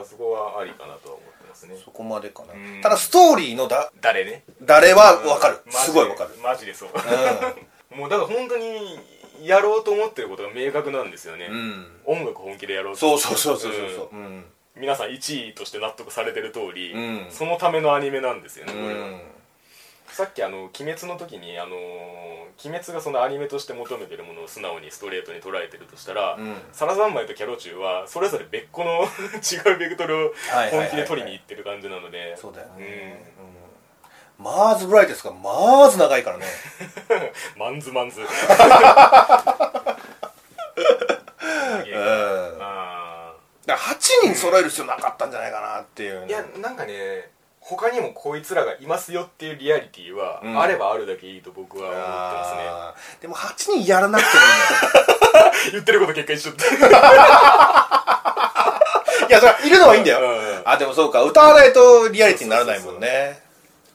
[SPEAKER 1] あそこはありかなとは思ってますね
[SPEAKER 2] そこまでかな、
[SPEAKER 1] うん
[SPEAKER 2] ただストーリーのだ
[SPEAKER 1] 誰ね
[SPEAKER 2] 誰はわかる、
[SPEAKER 1] うんマジです
[SPEAKER 2] ごいわかる、
[SPEAKER 1] マジでそう
[SPEAKER 2] う
[SPEAKER 1] もうだから本当にやろうと思ってることが明確なんですよね、
[SPEAKER 2] ん、うん、
[SPEAKER 1] 音楽本気でやろうと
[SPEAKER 2] そうそうそうそうそうそう、うん
[SPEAKER 1] 皆さん1位として納得されてる通り、
[SPEAKER 2] うん
[SPEAKER 1] そのためのアニメなんですよね、
[SPEAKER 2] う
[SPEAKER 1] これは
[SPEAKER 2] ん
[SPEAKER 1] さっきあの「鬼滅」の時にあのー鬼滅」がそのアニメとして求めてるものを素直にストレートに捉えてるとしたら、
[SPEAKER 2] うん
[SPEAKER 1] サラザンマイとキャロチュウはそれぞれ別個の 違うベクトルを
[SPEAKER 2] はいはいはいはい
[SPEAKER 1] 本気で取りに行ってる感じなので
[SPEAKER 2] そうだよね、うんマーズブライテスがマーズ長いからね
[SPEAKER 1] うんマンズ マンズ
[SPEAKER 2] うんだか
[SPEAKER 1] あ
[SPEAKER 2] ら8人揃える必要なかったんじゃないかなっていうね
[SPEAKER 1] ーいやなんかね他にもこいつらがいますよっていうリアリティは、
[SPEAKER 2] うん
[SPEAKER 1] あればあるだけいいと僕は思ってま
[SPEAKER 2] あーでも8人やらなくてもい
[SPEAKER 1] すね
[SPEAKER 2] いんだよ
[SPEAKER 1] 言ってること結果一緒って
[SPEAKER 2] いや、それはいるの はいいんだよ。
[SPEAKER 1] うん
[SPEAKER 2] あ、でもそうか。歌わないとリアリティにならないもんね。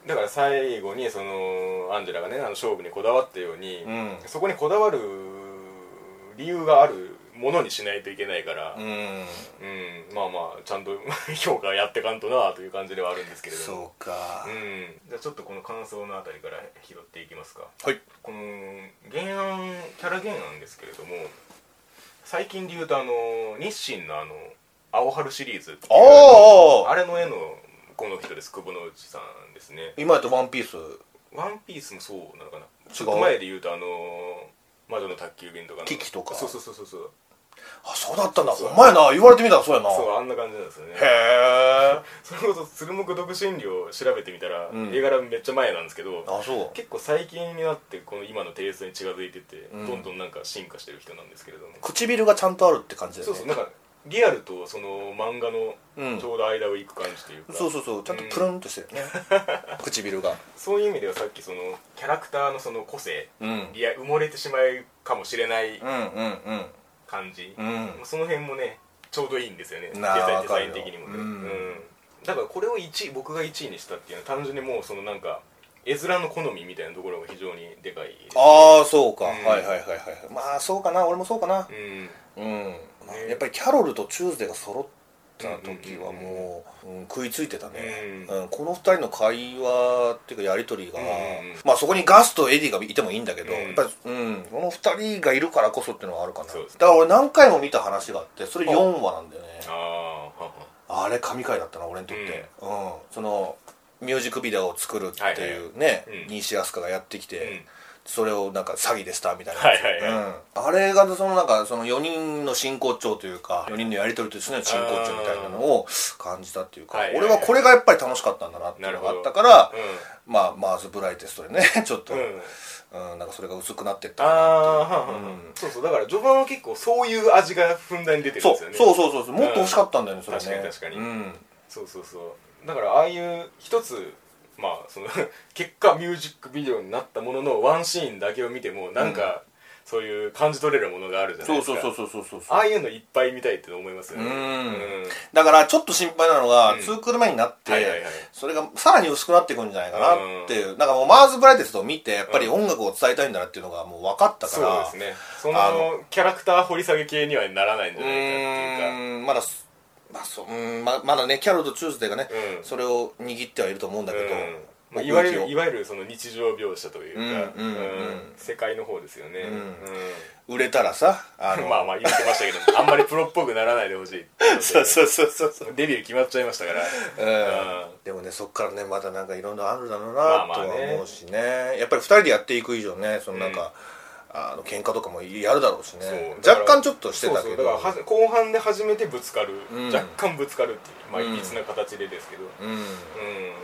[SPEAKER 1] だから最後にそのアンジェラがねあの勝負にこだわったように、
[SPEAKER 2] うん
[SPEAKER 1] そこにこだわる理由があるものにしないといけないから、
[SPEAKER 2] う
[SPEAKER 1] うん
[SPEAKER 2] ん。
[SPEAKER 1] まあまあちゃんと 評価やってかんとなという感じではあるんですけれども
[SPEAKER 2] そうか
[SPEAKER 1] う。ん、じゃあちょっとこの感想のあたりから拾っていきますか
[SPEAKER 2] はい。
[SPEAKER 1] この原案キャラ原案ですけれども最近で言うとあの日清のあの「青春」シリーズっていう
[SPEAKER 2] おーおー
[SPEAKER 1] あれの絵のこの人です久保之内さんですね
[SPEAKER 2] 今やとワンピース。
[SPEAKER 1] ワンピースもそうなのかなちょっと前で言うとあのー魔女の宅急便とかの
[SPEAKER 2] キキとか
[SPEAKER 1] そうそうそうそうそう
[SPEAKER 2] あ、そうだったんだ。
[SPEAKER 1] そう
[SPEAKER 2] お前な、言われてみたらそうやな。
[SPEAKER 1] そうあんな感じなんですよね
[SPEAKER 2] へ
[SPEAKER 1] それこそ鶴木独身寮を調べてみたら、
[SPEAKER 2] うん
[SPEAKER 1] 絵柄めっちゃ前なんですけど
[SPEAKER 2] ー。あ、そう。
[SPEAKER 1] 結構最近になってこの今の定数に近づいてて、
[SPEAKER 2] うん
[SPEAKER 1] どんどんなんか進化してる人なんですけれども、
[SPEAKER 2] 唇がちゃんとあるって感じだ
[SPEAKER 1] そ
[SPEAKER 2] よ
[SPEAKER 1] うそう
[SPEAKER 2] ね
[SPEAKER 1] なん。かリアルとその漫画の
[SPEAKER 2] うん
[SPEAKER 1] ちょうど間を行く感じというか、
[SPEAKER 2] そうそうそう。ちゃんとプルンとしてるね。唇が。
[SPEAKER 1] そういう意味ではさっきそのキャラクターのその個性
[SPEAKER 2] うん。うん
[SPEAKER 1] いや埋もれてしまうかもしれない
[SPEAKER 2] うん
[SPEAKER 1] 感じ、
[SPEAKER 2] うん。うん。
[SPEAKER 1] その辺もねちょうどいいんですよねデ
[SPEAKER 2] なあ
[SPEAKER 1] ザインデ
[SPEAKER 2] わか
[SPEAKER 1] ザ
[SPEAKER 2] る
[SPEAKER 1] イン
[SPEAKER 2] よ
[SPEAKER 1] 的にもね、
[SPEAKER 2] うん
[SPEAKER 1] だからこれを1位僕が1位にしたっていうのは単純にもうそのなんか絵面の好みみたいなところが非常にでかいです
[SPEAKER 2] ああ、そうか。
[SPEAKER 1] うん
[SPEAKER 2] はいはいはいはい。まあ、そうかな。俺もそうかな
[SPEAKER 1] う。ん
[SPEAKER 2] うん。まあやっぱりキャロルとチューズデーが揃った時は
[SPEAKER 1] うんうん
[SPEAKER 2] もう、うん食いついてたね、
[SPEAKER 1] う
[SPEAKER 2] うんこの二人の会話っていうかやり取りが、
[SPEAKER 1] うんうんうん
[SPEAKER 2] まあそこにガスとエディがいてもいいんだけど、
[SPEAKER 1] うん
[SPEAKER 2] やっぱり、うん、この二人がいるからこそっていうのはあるかなだ
[SPEAKER 1] そうです
[SPEAKER 2] から俺何回も見た話があってそれ4話なんだよね
[SPEAKER 1] ああはは
[SPEAKER 2] あれ神回だったな俺にとって、うんそのミュージックビデオを作るっていうね、
[SPEAKER 1] はいはいうん
[SPEAKER 2] 西飛鳥がやってき
[SPEAKER 1] う
[SPEAKER 2] て、
[SPEAKER 1] ん
[SPEAKER 2] それをなんか詐欺でしたみたいな、
[SPEAKER 1] はいはいはい
[SPEAKER 2] うん、あれがそのなんかその4人の真骨頂というか4人のやり取りとしての真骨頂みたいなのを感じたっていうか、
[SPEAKER 1] はいはいはい
[SPEAKER 2] 俺はこれがやっぱり楽しかったんだなっていうのがあったか
[SPEAKER 1] う
[SPEAKER 2] ら
[SPEAKER 1] ん
[SPEAKER 2] まあマーズ・ブライテストでね ちょっと、
[SPEAKER 1] うん
[SPEAKER 2] うんなんかそれが薄くなってった
[SPEAKER 1] ああ
[SPEAKER 2] か
[SPEAKER 1] はは
[SPEAKER 2] なってい
[SPEAKER 1] はそ
[SPEAKER 2] う
[SPEAKER 1] うそうだから序盤は結構そういう味がふんだんに出てるん
[SPEAKER 2] そう
[SPEAKER 1] ですよね
[SPEAKER 2] そうそうそうそうもっと欲しかったんだよね、それね
[SPEAKER 1] 確かに確かに
[SPEAKER 2] うん、
[SPEAKER 1] そうそうそうだからああいう一つまあその 結果ミュージックビデオになったもののワンシーンだけを見てもなんか、そういう感じ取れるものがあるじゃない
[SPEAKER 2] そう
[SPEAKER 1] ですか
[SPEAKER 2] そうそうそうそうそう
[SPEAKER 1] ああいうのいっぱい見たいって思いますよね
[SPEAKER 2] うん
[SPEAKER 1] ん
[SPEAKER 2] だからちょっと心配なのが、
[SPEAKER 1] うん
[SPEAKER 2] ツークール目になって、
[SPEAKER 1] はいはいはい
[SPEAKER 2] それがさらに薄くなっていくんじゃないかなっていう、なんかもうマーズ・ブライテストを見てやっぱり音楽を伝えたいんだなっていうのがもう分かったか
[SPEAKER 1] そう
[SPEAKER 2] ら
[SPEAKER 1] ですねそ
[SPEAKER 2] あ
[SPEAKER 1] のキャラクター掘り下げ系にはならないんじゃないかっていうか
[SPEAKER 2] うーんまだすまあそううんままだねキャロとチューズデーがね、
[SPEAKER 1] うん
[SPEAKER 2] それを握ってはいると思うんだけど、
[SPEAKER 1] まあ、
[SPEAKER 2] 僕
[SPEAKER 1] いわゆ
[SPEAKER 2] 向
[SPEAKER 1] る
[SPEAKER 2] きを
[SPEAKER 1] いわゆるその日常描写というか、
[SPEAKER 2] うんうんうん
[SPEAKER 1] 世界の方ですよね、
[SPEAKER 2] 売れたらさあ
[SPEAKER 1] うん
[SPEAKER 2] の
[SPEAKER 1] まあまあ言ってましたけどあんまりプロっぽくならないでほしい
[SPEAKER 2] そうそうそうそうそう、
[SPEAKER 1] デビュー決まっちゃいましたから
[SPEAKER 2] うん
[SPEAKER 1] うん
[SPEAKER 2] でもねそっからねまたなんかいろんなあるだろうな
[SPEAKER 1] まあまあ
[SPEAKER 2] とは
[SPEAKER 1] ね
[SPEAKER 2] 思うしね,、やっぱり2人でやっていく以上ねそのなんか、あの喧嘩とかもやるだろうしね
[SPEAKER 1] そうだから
[SPEAKER 2] 若干ちょっとして
[SPEAKER 1] そ
[SPEAKER 2] た
[SPEAKER 1] う
[SPEAKER 2] け
[SPEAKER 1] そ
[SPEAKER 2] ど
[SPEAKER 1] うだからはじ後半で初めてぶつかる、
[SPEAKER 2] うん
[SPEAKER 1] 若干ぶつかるっていうまあ
[SPEAKER 2] うん
[SPEAKER 1] いびつな形でですけど、
[SPEAKER 2] うん
[SPEAKER 1] うん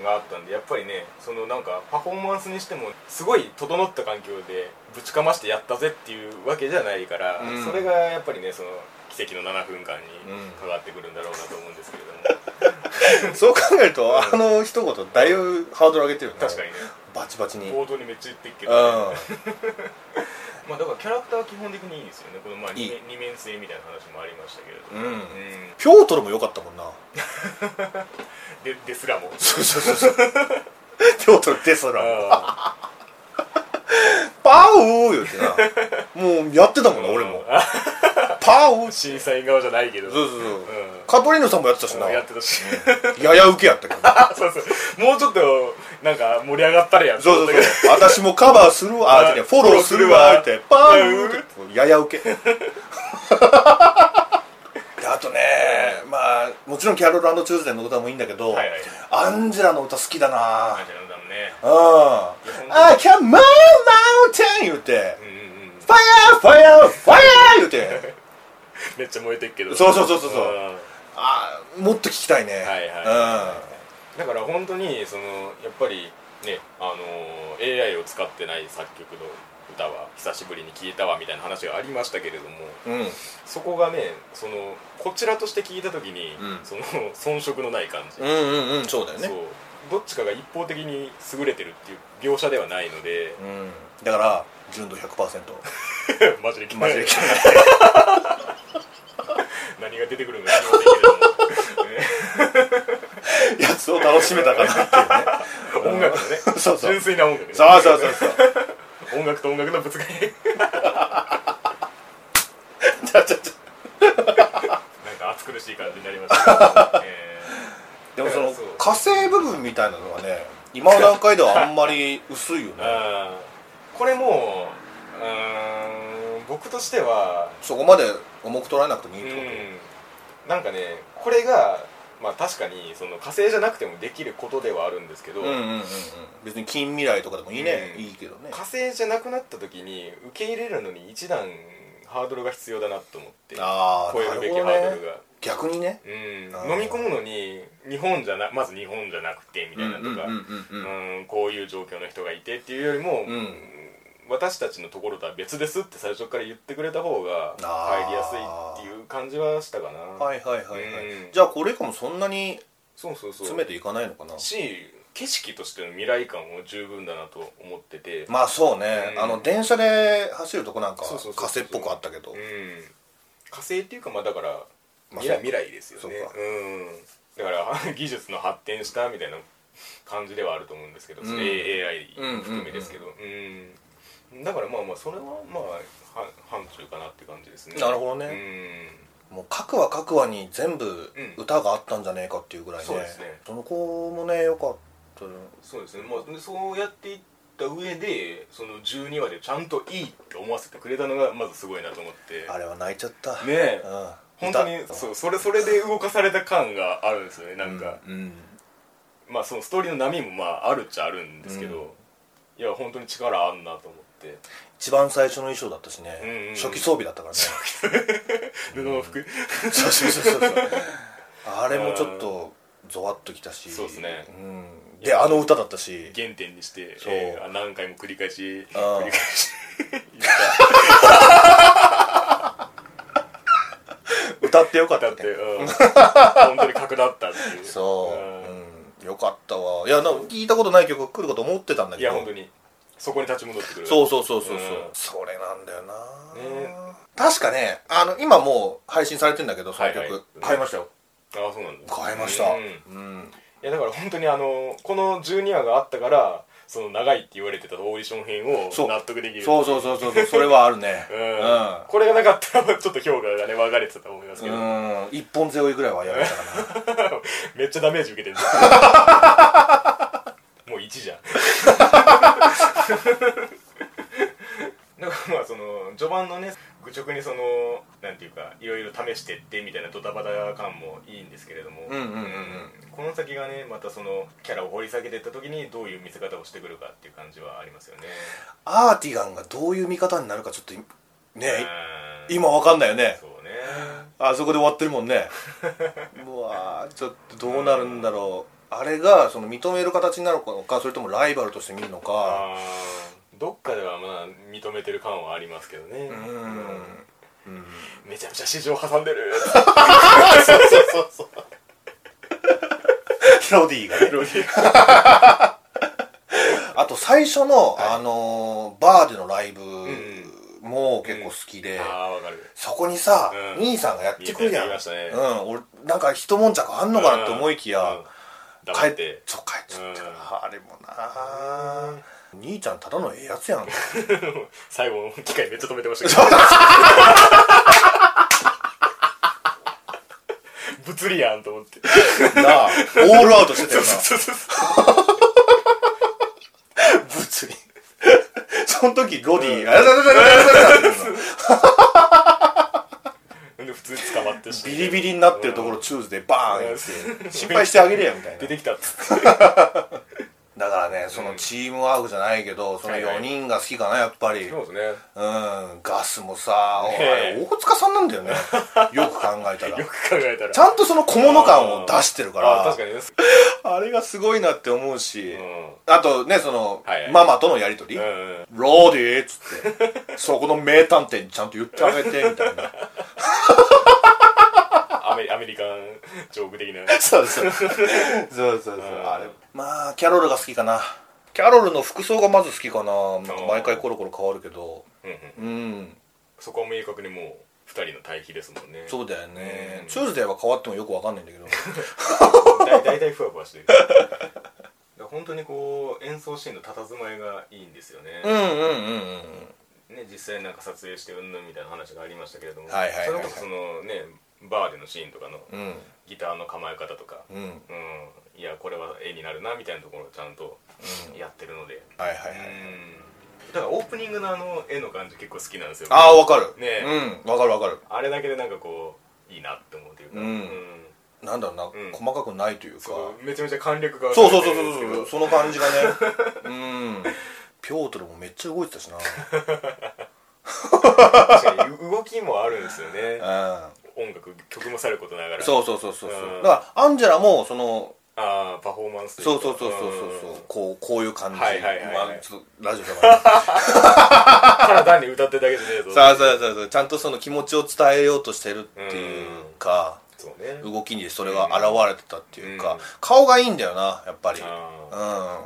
[SPEAKER 1] があったんでやっぱりねそのなんかパフォーマンスにしてもすごい整った環境でぶちかましてやったぜっていうわけじゃないから、
[SPEAKER 2] うん
[SPEAKER 1] それがやっぱりねその奇跡の7分間に
[SPEAKER 2] うん
[SPEAKER 1] かかってくるんだろうなと思うんですけれど も、
[SPEAKER 2] そう考えると、あの一言だいぶハードル上げてるよね
[SPEAKER 1] 確かにね
[SPEAKER 2] バチバチにうん
[SPEAKER 1] 冒頭にめっちゃ言ってっけどね、まあだからキャラクターは基本的にいいですよねこのまあ二
[SPEAKER 2] いい
[SPEAKER 1] 面二面性みたいな話もありましたけれど
[SPEAKER 2] う
[SPEAKER 1] も、
[SPEAKER 2] ん
[SPEAKER 1] うん
[SPEAKER 2] ピョートルも良かったも んな
[SPEAKER 1] でですらも
[SPEAKER 2] そうそうそうそうピョートルですら
[SPEAKER 1] あ
[SPEAKER 2] パウー言うてなもうやってたもんな俺もパウー
[SPEAKER 1] ー審査員側じゃないけど
[SPEAKER 2] そうそうそう、
[SPEAKER 1] ん
[SPEAKER 2] カトリーヌさんもやってたしな
[SPEAKER 1] やってたし
[SPEAKER 2] ややウケやったけど
[SPEAKER 1] そうそうもうちょっとなんか盛り上がったらやん
[SPEAKER 2] そうそうそう私もカバーするわあじゃあねフォローするわってパーンってややウケ であとねまあもちろんキャロルチューズデーの歌もいいんだけど、
[SPEAKER 1] はいはい
[SPEAKER 2] アンジェラの歌好きだな
[SPEAKER 1] あじゃあなんだろうね
[SPEAKER 2] うん
[SPEAKER 1] い
[SPEAKER 2] あ
[SPEAKER 1] や
[SPEAKER 2] あキャンマーマウンテン言うて
[SPEAKER 1] うんうんうん
[SPEAKER 2] ファイアーファイアーファイアー言うて
[SPEAKER 1] めっちゃ燃えてっけど
[SPEAKER 2] そうそうそうそうそうんああもっと聞きたいね
[SPEAKER 1] はいはいだから本当にそのやっぱりねあのー AI を使ってない作曲の歌は久しぶりに聞いたわみたいな話がありましたけれども
[SPEAKER 2] うんうん
[SPEAKER 1] そこがねそのこちらとして聞いた時に、
[SPEAKER 2] うん
[SPEAKER 1] その遜色のない感じ、
[SPEAKER 2] うんうんうんそうだよね
[SPEAKER 1] そうどっちかが一方的に優れてるっていう描写ではないので、
[SPEAKER 2] うんだから純度100%
[SPEAKER 1] マジで気持
[SPEAKER 2] マ
[SPEAKER 1] ち
[SPEAKER 2] ジで
[SPEAKER 1] 何が出てくるのか知りま
[SPEAKER 2] やつを楽しめたかなって
[SPEAKER 1] せんけれども 音楽のね
[SPEAKER 2] そうそう
[SPEAKER 1] 純粋な音楽ね
[SPEAKER 2] そうそうそうそう
[SPEAKER 1] 音楽と音楽のぶつかり
[SPEAKER 2] ちゃちゃちゃ
[SPEAKER 1] なんか暑苦しい感じになりました けど、え
[SPEAKER 2] でもその
[SPEAKER 1] そう
[SPEAKER 2] 火星部分みたいなのはね今の段階ではあんまり薄いよ
[SPEAKER 1] ー
[SPEAKER 2] ね
[SPEAKER 1] あーこれもうーん僕としては
[SPEAKER 2] そこまで重く捉えなくてもいいっ
[SPEAKER 1] う
[SPEAKER 2] てこと
[SPEAKER 1] んなんかねこれがまあ確かにその火星じゃなくてもできることではあるんですけど、
[SPEAKER 2] うんうんうんうん別に近未来とかでもいいね、
[SPEAKER 1] うん
[SPEAKER 2] いいけどね
[SPEAKER 1] 火星じゃなくなった時に受け入れるのに一段ハードルが必要だなと思って超
[SPEAKER 2] ああ
[SPEAKER 1] え
[SPEAKER 2] な
[SPEAKER 1] るべ
[SPEAKER 2] る
[SPEAKER 1] き
[SPEAKER 2] ほ
[SPEAKER 1] ハ
[SPEAKER 2] ど
[SPEAKER 1] ードル
[SPEAKER 2] ね
[SPEAKER 1] が、
[SPEAKER 2] 逆にねあ
[SPEAKER 1] うん、
[SPEAKER 2] ー
[SPEAKER 1] 飲み込むのに日本じゃなまず日本じゃなくてみたいなとか、
[SPEAKER 2] うんうん
[SPEAKER 1] うんこういう状況の人がいてっていうよりも、
[SPEAKER 2] うん
[SPEAKER 1] 私たちのところとは別ですって最初から言ってくれた方が
[SPEAKER 2] あー
[SPEAKER 1] 入りやすいっていう感じはしたかな、
[SPEAKER 2] はいはいはいはい、
[SPEAKER 1] うん
[SPEAKER 2] じゃあこれ以降もそんなに
[SPEAKER 1] そうそうそう
[SPEAKER 2] 詰めていかないのかな
[SPEAKER 1] し景色としての未来感も十分だなと思ってて、
[SPEAKER 2] まあそうね、
[SPEAKER 1] うん
[SPEAKER 2] あの電車で走るとこなん
[SPEAKER 1] そ
[SPEAKER 2] か
[SPEAKER 1] うそうそうそう
[SPEAKER 2] 火星っぽくあったけど
[SPEAKER 1] うん、火星っていうかまあだから
[SPEAKER 2] まあ
[SPEAKER 1] 未
[SPEAKER 2] そ
[SPEAKER 1] 来
[SPEAKER 2] う
[SPEAKER 1] 未来ですよね
[SPEAKER 2] そうか
[SPEAKER 1] うんだから 技術の発展したみたいな感じではあると思うんですけど、
[SPEAKER 2] うん
[SPEAKER 1] それ AI
[SPEAKER 2] うんうんうん
[SPEAKER 1] 含めですけどうんだからまあまあそれはまあは範疇かなって感じですね
[SPEAKER 2] なるほどもう各話各話に全部
[SPEAKER 1] うん
[SPEAKER 2] 歌があったんじゃねえかっていうぐらいね,、
[SPEAKER 1] そうですね
[SPEAKER 2] その子もねよかったよ
[SPEAKER 1] うんそうですねまあでそうやっていった上でその12話でちゃんといいって思わせてくれたのがまずすごいなと思って
[SPEAKER 2] あれは泣いちゃった
[SPEAKER 1] ねえ
[SPEAKER 2] うん、
[SPEAKER 1] 本当に
[SPEAKER 2] 歌
[SPEAKER 1] そうそれそれで動かされた感があるんですよねなんか、
[SPEAKER 2] うん
[SPEAKER 1] まあそのストーリーの波もまああるっちゃあるんですけど、いや本当に力あんなと思って
[SPEAKER 2] 一番最初の衣装だったしね、
[SPEAKER 1] うんうんうん
[SPEAKER 2] 初期装備だったからね
[SPEAKER 1] 布の服、
[SPEAKER 2] そうそうそうそうそう あれもちょっとゾワッときたし
[SPEAKER 1] そうですね
[SPEAKER 2] うん、であの歌だったし
[SPEAKER 1] 原点にして
[SPEAKER 2] そう
[SPEAKER 1] えー何回も繰り返し
[SPEAKER 2] うん
[SPEAKER 1] 繰り返 し言っ
[SPEAKER 2] 歌ってよかったた
[SPEAKER 1] っ
[SPEAKER 2] ね
[SPEAKER 1] て、うん、 本当に格だったっていう
[SPEAKER 2] そう、
[SPEAKER 1] ん
[SPEAKER 2] うん、よかったわいやなんか聞いたことない曲が来るかと思ってたんだけど
[SPEAKER 1] いや本当にそこに立ち戻ってくる
[SPEAKER 2] そううそうそうそうそう、
[SPEAKER 1] うん
[SPEAKER 2] それなんだよな、
[SPEAKER 1] ね
[SPEAKER 2] 確かねあの今もう配信されてんだけどその曲、
[SPEAKER 1] はいはい
[SPEAKER 2] 買いましたよ
[SPEAKER 1] ああそうなんだ
[SPEAKER 2] 買いました
[SPEAKER 1] う
[SPEAKER 2] うん
[SPEAKER 1] い
[SPEAKER 2] ん、
[SPEAKER 1] やだから本当にあのこの12話があったからその長いって言われてたオーディション編を
[SPEAKER 2] そう
[SPEAKER 1] 納得できる
[SPEAKER 2] そうそうそうそ うそうそれはあるね
[SPEAKER 1] うんこれがなかったらちょっと評価がね分かれてたと思います
[SPEAKER 2] う
[SPEAKER 1] けど、
[SPEAKER 2] ん、うん、一本背負いぐらいはやめたか な
[SPEAKER 1] めっちゃダメージ受けてるもう1じゃんなんかまあその序盤のね愚直にそのなんていうかいろいろ試してってみたいなドタバタ感もいいんですけれども
[SPEAKER 2] うんうんうんうん
[SPEAKER 1] この先がねまたそのキャラを掘り下げていった時にどういう見せ方をしてくるかっていう感じはありますよね
[SPEAKER 2] アーティガンがどういう見方になるかちょっといね
[SPEAKER 1] うん
[SPEAKER 2] 今わかんないよね
[SPEAKER 1] そうね
[SPEAKER 2] あそこで終わってるもん ねうわーちょっとどうなるんだろうあれがその認める形になるのかそれともライバルとして見るのか
[SPEAKER 1] あーどっかではまあ認めてる感はありますけどね
[SPEAKER 2] うんうん
[SPEAKER 1] めちゃめちゃ市場挟んでる
[SPEAKER 2] そうそう そうそう ロディがね
[SPEAKER 1] ロディ
[SPEAKER 2] あと最初の、あのーバーでのライブも結構好きで、
[SPEAKER 1] ああわかる
[SPEAKER 2] そこにさ、
[SPEAKER 1] うん
[SPEAKER 2] 兄さんがやってくるやん
[SPEAKER 1] いいねやってきました
[SPEAKER 2] うん、俺なんか一悶着あんのかなって思いきや、
[SPEAKER 1] うん
[SPEAKER 2] 帰
[SPEAKER 1] 黙っ
[SPEAKER 2] っててそう帰っちゃったから、
[SPEAKER 1] うん
[SPEAKER 2] あれもな兄ちゃんただのええやつや ん
[SPEAKER 1] 最後の機械めっちゃ止めてましたけど物理やんと思って
[SPEAKER 2] なあオールアウトしてたよな
[SPEAKER 1] そうそうそう
[SPEAKER 2] 物理その時ロディ、あらららららららって言うの
[SPEAKER 1] で普通に捕まってし
[SPEAKER 2] ビリビリになってるところチューズでバーンっ
[SPEAKER 1] う
[SPEAKER 2] て
[SPEAKER 1] ん
[SPEAKER 2] 心配してあげれやみたいな
[SPEAKER 1] 出てきたっつって
[SPEAKER 2] だからねそのチームワークじゃないけどその
[SPEAKER 1] はいはい
[SPEAKER 2] 4人が好きかなやっぱり、
[SPEAKER 1] そうですね
[SPEAKER 2] うんガスもさおいあ
[SPEAKER 1] ねえ
[SPEAKER 2] れ大塚さんな んだよねよく考えたら
[SPEAKER 1] よく考えたら
[SPEAKER 2] ちゃんとその小物感を出してるから
[SPEAKER 1] あー
[SPEAKER 2] あ
[SPEAKER 1] 確かにね
[SPEAKER 2] れがすごいなって思うし、
[SPEAKER 1] うん
[SPEAKER 2] あとねその、
[SPEAKER 1] はいはい
[SPEAKER 2] ママとのやりとり、
[SPEAKER 1] うんうん
[SPEAKER 2] ローディーっつ ってそこの名探偵にちゃんと言ってあげてみたいな
[SPEAKER 1] アメアメリカンジョーク的な
[SPEAKER 2] そうそうそうそうそう
[SPEAKER 1] うん
[SPEAKER 2] あれまあキャロルが好きかなキャロルの服装がまず好きかななんか毎回コロコロ変わるけど
[SPEAKER 1] うんうん
[SPEAKER 2] うん
[SPEAKER 1] そこは明確にもう2人の対比ですもんね
[SPEAKER 2] そうだよね、
[SPEAKER 1] うん
[SPEAKER 2] チューズデーは変わってもよくわかんないんだ けど
[SPEAKER 1] だい大体ふわふわして るだから本当にこう演奏シーンの佇まいがいいんですよね、
[SPEAKER 2] うんうんうんうん
[SPEAKER 1] ね、実際なんか撮影してうんぬんみたいな話がありましたけれども、
[SPEAKER 2] はいはいはいはい
[SPEAKER 1] それこそそのねバーでのシーンとかの
[SPEAKER 2] うん
[SPEAKER 1] ギターの構え方とか、
[SPEAKER 2] うんうん
[SPEAKER 1] うん、いやこれは絵になるなみたいなところをちゃんとやってるので、
[SPEAKER 2] はいはいは
[SPEAKER 1] う
[SPEAKER 2] い
[SPEAKER 1] ん、だからオープニングのあの絵の感じ結構好きなんですよ
[SPEAKER 2] ああわかる
[SPEAKER 1] ね
[SPEAKER 2] うんわかるわかる
[SPEAKER 1] あれだけでなんかこういいなって思うというか、
[SPEAKER 2] うんなんだろうな、
[SPEAKER 1] ん
[SPEAKER 2] 細かくないというか
[SPEAKER 1] そうめちゃめちゃ簡略が
[SPEAKER 2] そうそうそうそうそう
[SPEAKER 1] う
[SPEAKER 2] その感じがね うんピョートルもめっちゃ動いてたしな
[SPEAKER 1] 確かに動きもあるんですよね
[SPEAKER 2] う
[SPEAKER 1] 音
[SPEAKER 2] ん
[SPEAKER 1] 楽曲もさることながら
[SPEAKER 2] そうそうそうそうそう
[SPEAKER 1] うん
[SPEAKER 2] だからアンジェラもその
[SPEAKER 1] ああパフォーマンスとい
[SPEAKER 2] そう
[SPEAKER 1] か
[SPEAKER 2] そうそうそうそうそうこうこういう感じ
[SPEAKER 1] はいはいはいはい
[SPEAKER 2] まあちょっとラジオだから
[SPEAKER 1] ただ単に歌ってるだけじゃねえぞ
[SPEAKER 2] そうそうそうそうちゃんとその気持ちを伝えようとしてるっていうか
[SPEAKER 1] そうね
[SPEAKER 2] 動きにそれは現れてたっていうか、
[SPEAKER 1] うん
[SPEAKER 2] 顔がいいんだよなやっぱりうん
[SPEAKER 1] あ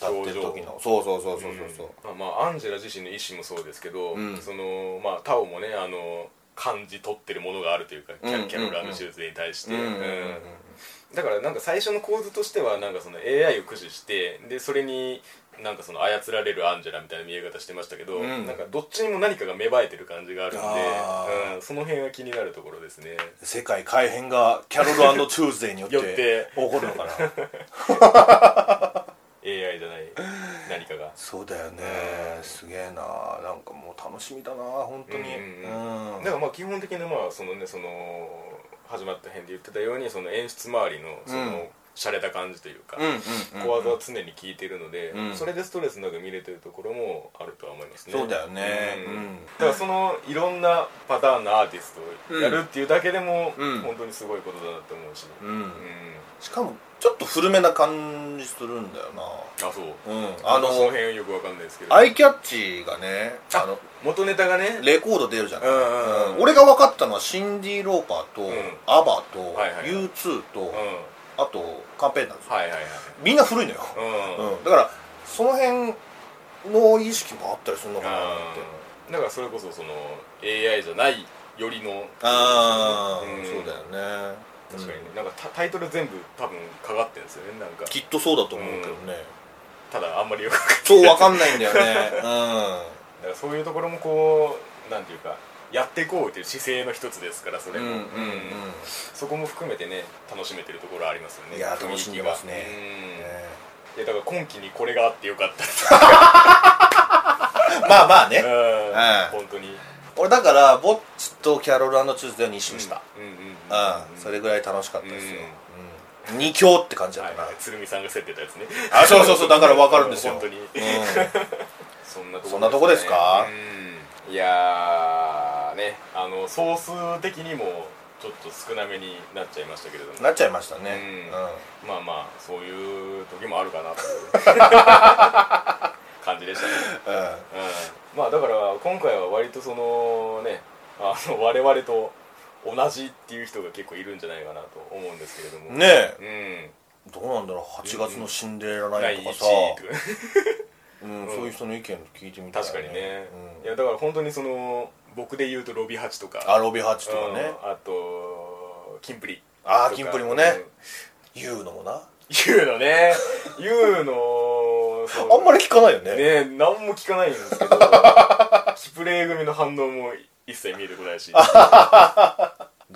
[SPEAKER 2] 立ってる時のそうそうそうそうそうそう
[SPEAKER 1] ーまあまあアンジェラ自身の意思もそうですけど、
[SPEAKER 2] うん
[SPEAKER 1] そのまあタオもねあの感じ取ってるものがあるというかキャ,、
[SPEAKER 2] うん
[SPEAKER 1] キャロル・アン・シューズに対して、
[SPEAKER 2] うんうんうん
[SPEAKER 1] だからなんか最初の構図としてはなんかその AI を駆使してでそれになんかその操られるアンジェラみたいな見え方してましたけど、
[SPEAKER 2] うん
[SPEAKER 1] なんかどっちにも何かが芽生えてる感じがあるん
[SPEAKER 2] あ
[SPEAKER 1] で、うん、その辺は気になるところですね
[SPEAKER 2] 世界改変がキャロルチューズデーによって
[SPEAKER 1] よって
[SPEAKER 2] 起こるの かな
[SPEAKER 1] AI じゃない何かが
[SPEAKER 2] そうだよねすげえななんかもう楽しみだな本当に
[SPEAKER 1] うん
[SPEAKER 2] うん
[SPEAKER 1] だからまあ基本的にまあそのねその始まった辺で言ってたようにその演出周りのその、
[SPEAKER 2] うん
[SPEAKER 1] 洒落た感じというか、
[SPEAKER 2] うんうん
[SPEAKER 1] 小技は常に効いてるので、
[SPEAKER 2] うん
[SPEAKER 1] それでストレスなく見れてるところもあるとは思いますね
[SPEAKER 2] そうだよね
[SPEAKER 1] うん
[SPEAKER 2] うん
[SPEAKER 1] だからそのいろんなパターンのアーティストをやるっていうだけでも、
[SPEAKER 2] うん
[SPEAKER 1] 本当にすごいことだなって思うし、
[SPEAKER 2] うんうん
[SPEAKER 1] うん
[SPEAKER 2] しかもちょっと古めな感じするんだよな
[SPEAKER 1] あそう
[SPEAKER 2] うんあ
[SPEAKER 1] あのその
[SPEAKER 2] の
[SPEAKER 1] 辺はよくわかんないですけど
[SPEAKER 2] アイキャッチがねあの
[SPEAKER 1] 元ネタがね
[SPEAKER 2] レコード出るじゃない、
[SPEAKER 1] うんうんうん
[SPEAKER 2] うん俺が分かったのはシンディ・ローパーと、
[SPEAKER 1] ん
[SPEAKER 2] アバと、
[SPEAKER 1] はいはい
[SPEAKER 2] U2 と、
[SPEAKER 1] うんはい
[SPEAKER 2] あとカンペーンなんですよ
[SPEAKER 1] はいはい
[SPEAKER 2] みんな古いのよ、
[SPEAKER 1] うん
[SPEAKER 2] うんだからその辺の意識もあったりするのかな
[SPEAKER 1] あ
[SPEAKER 2] って
[SPEAKER 1] ーだからそれこそその AI じゃないよりの
[SPEAKER 2] ああ、
[SPEAKER 1] ん
[SPEAKER 2] そうだよね
[SPEAKER 1] 確かにねなんかタタイトル全部多分かかってるんですよねなんか
[SPEAKER 2] きっとそうだと思うけどね、
[SPEAKER 1] うただあんまりよくわかんない
[SPEAKER 2] そうわかんないんだ よね
[SPEAKER 1] だからそういうところもこうなんていうかやっていこうという姿勢の一つですからそれ
[SPEAKER 2] うん
[SPEAKER 1] も、
[SPEAKER 2] うんうんうん
[SPEAKER 1] そこも含めてね楽しめてるところありますよね
[SPEAKER 2] いや
[SPEAKER 1] 雰囲
[SPEAKER 2] ー
[SPEAKER 1] 気が
[SPEAKER 2] 楽しんでますね
[SPEAKER 1] うん
[SPEAKER 2] ね
[SPEAKER 1] いやだから今期にこれがあってよかった
[SPEAKER 2] まあまあね
[SPEAKER 1] うん本当に
[SPEAKER 2] 俺だからボッチとキャロルチューズデーを2周した
[SPEAKER 1] うんうんうん
[SPEAKER 2] うんそれぐらい楽しかったですようん二強って感じだ
[SPEAKER 1] は
[SPEAKER 2] っ
[SPEAKER 1] い
[SPEAKER 2] たな
[SPEAKER 1] はい鶴見さんが競ってたやつね
[SPEAKER 2] あそうそうそうだからわかるんですよ
[SPEAKER 1] 本当に
[SPEAKER 2] う
[SPEAKER 1] そんなとこ
[SPEAKER 2] そんなとこですか
[SPEAKER 1] うんいやーねあの総数的にもちょっと少なめになっちゃいましたけれども
[SPEAKER 2] んなっちゃいましたね
[SPEAKER 1] うんまあまあそういう時もあるかなという 感じでしたね、
[SPEAKER 2] うんうん
[SPEAKER 1] うん、まあだから今回は割とそのねあの我々と同じっていう人が結構いるんじゃないかなと思うんですけれども
[SPEAKER 2] ねえ
[SPEAKER 1] うん
[SPEAKER 2] どうなんだろう8月のシンデレラナ
[SPEAKER 1] 第
[SPEAKER 2] イトと
[SPEAKER 1] 1
[SPEAKER 2] か
[SPEAKER 1] 位
[SPEAKER 2] さ、
[SPEAKER 1] とか
[SPEAKER 2] うん、そういう人の意見聞いてみたい、
[SPEAKER 1] 確かにね、
[SPEAKER 2] うん
[SPEAKER 1] いやだから本当にその僕で言うとロビハチとか
[SPEAKER 2] アロビハチとかね、
[SPEAKER 1] うんあとキンプリ
[SPEAKER 2] あー
[SPEAKER 1] とか
[SPEAKER 2] キンプリもね言うのもな
[SPEAKER 1] うん言うのね言うの
[SPEAKER 2] あんまり聞かないよね
[SPEAKER 1] ね何も聞かないんですけ どキプレイ組の反応も一切見えてこないしど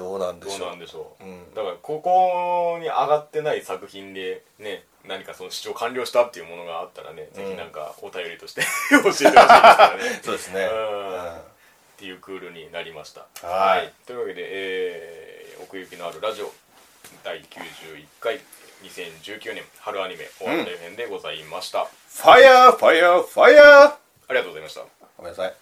[SPEAKER 2] どうなんでし
[SPEAKER 1] う
[SPEAKER 2] ょ
[SPEAKER 1] な
[SPEAKER 2] うん
[SPEAKER 1] でしょう
[SPEAKER 2] うん
[SPEAKER 1] だからここに上がってない作品でね何かその視聴完了したっていうものがあったらね、ぜひなんかお便りとして 教えてほしいですからね
[SPEAKER 2] そうですね、
[SPEAKER 1] うん
[SPEAKER 2] うん
[SPEAKER 1] っていうクールになりました
[SPEAKER 2] はい
[SPEAKER 1] というわけで、えー奥行きのあるラジオ第91回2019年春アニメ終わった編でございました、あ
[SPEAKER 2] ファイヤーファイヤーファイヤー
[SPEAKER 1] りがとうございました
[SPEAKER 2] ごめんなさい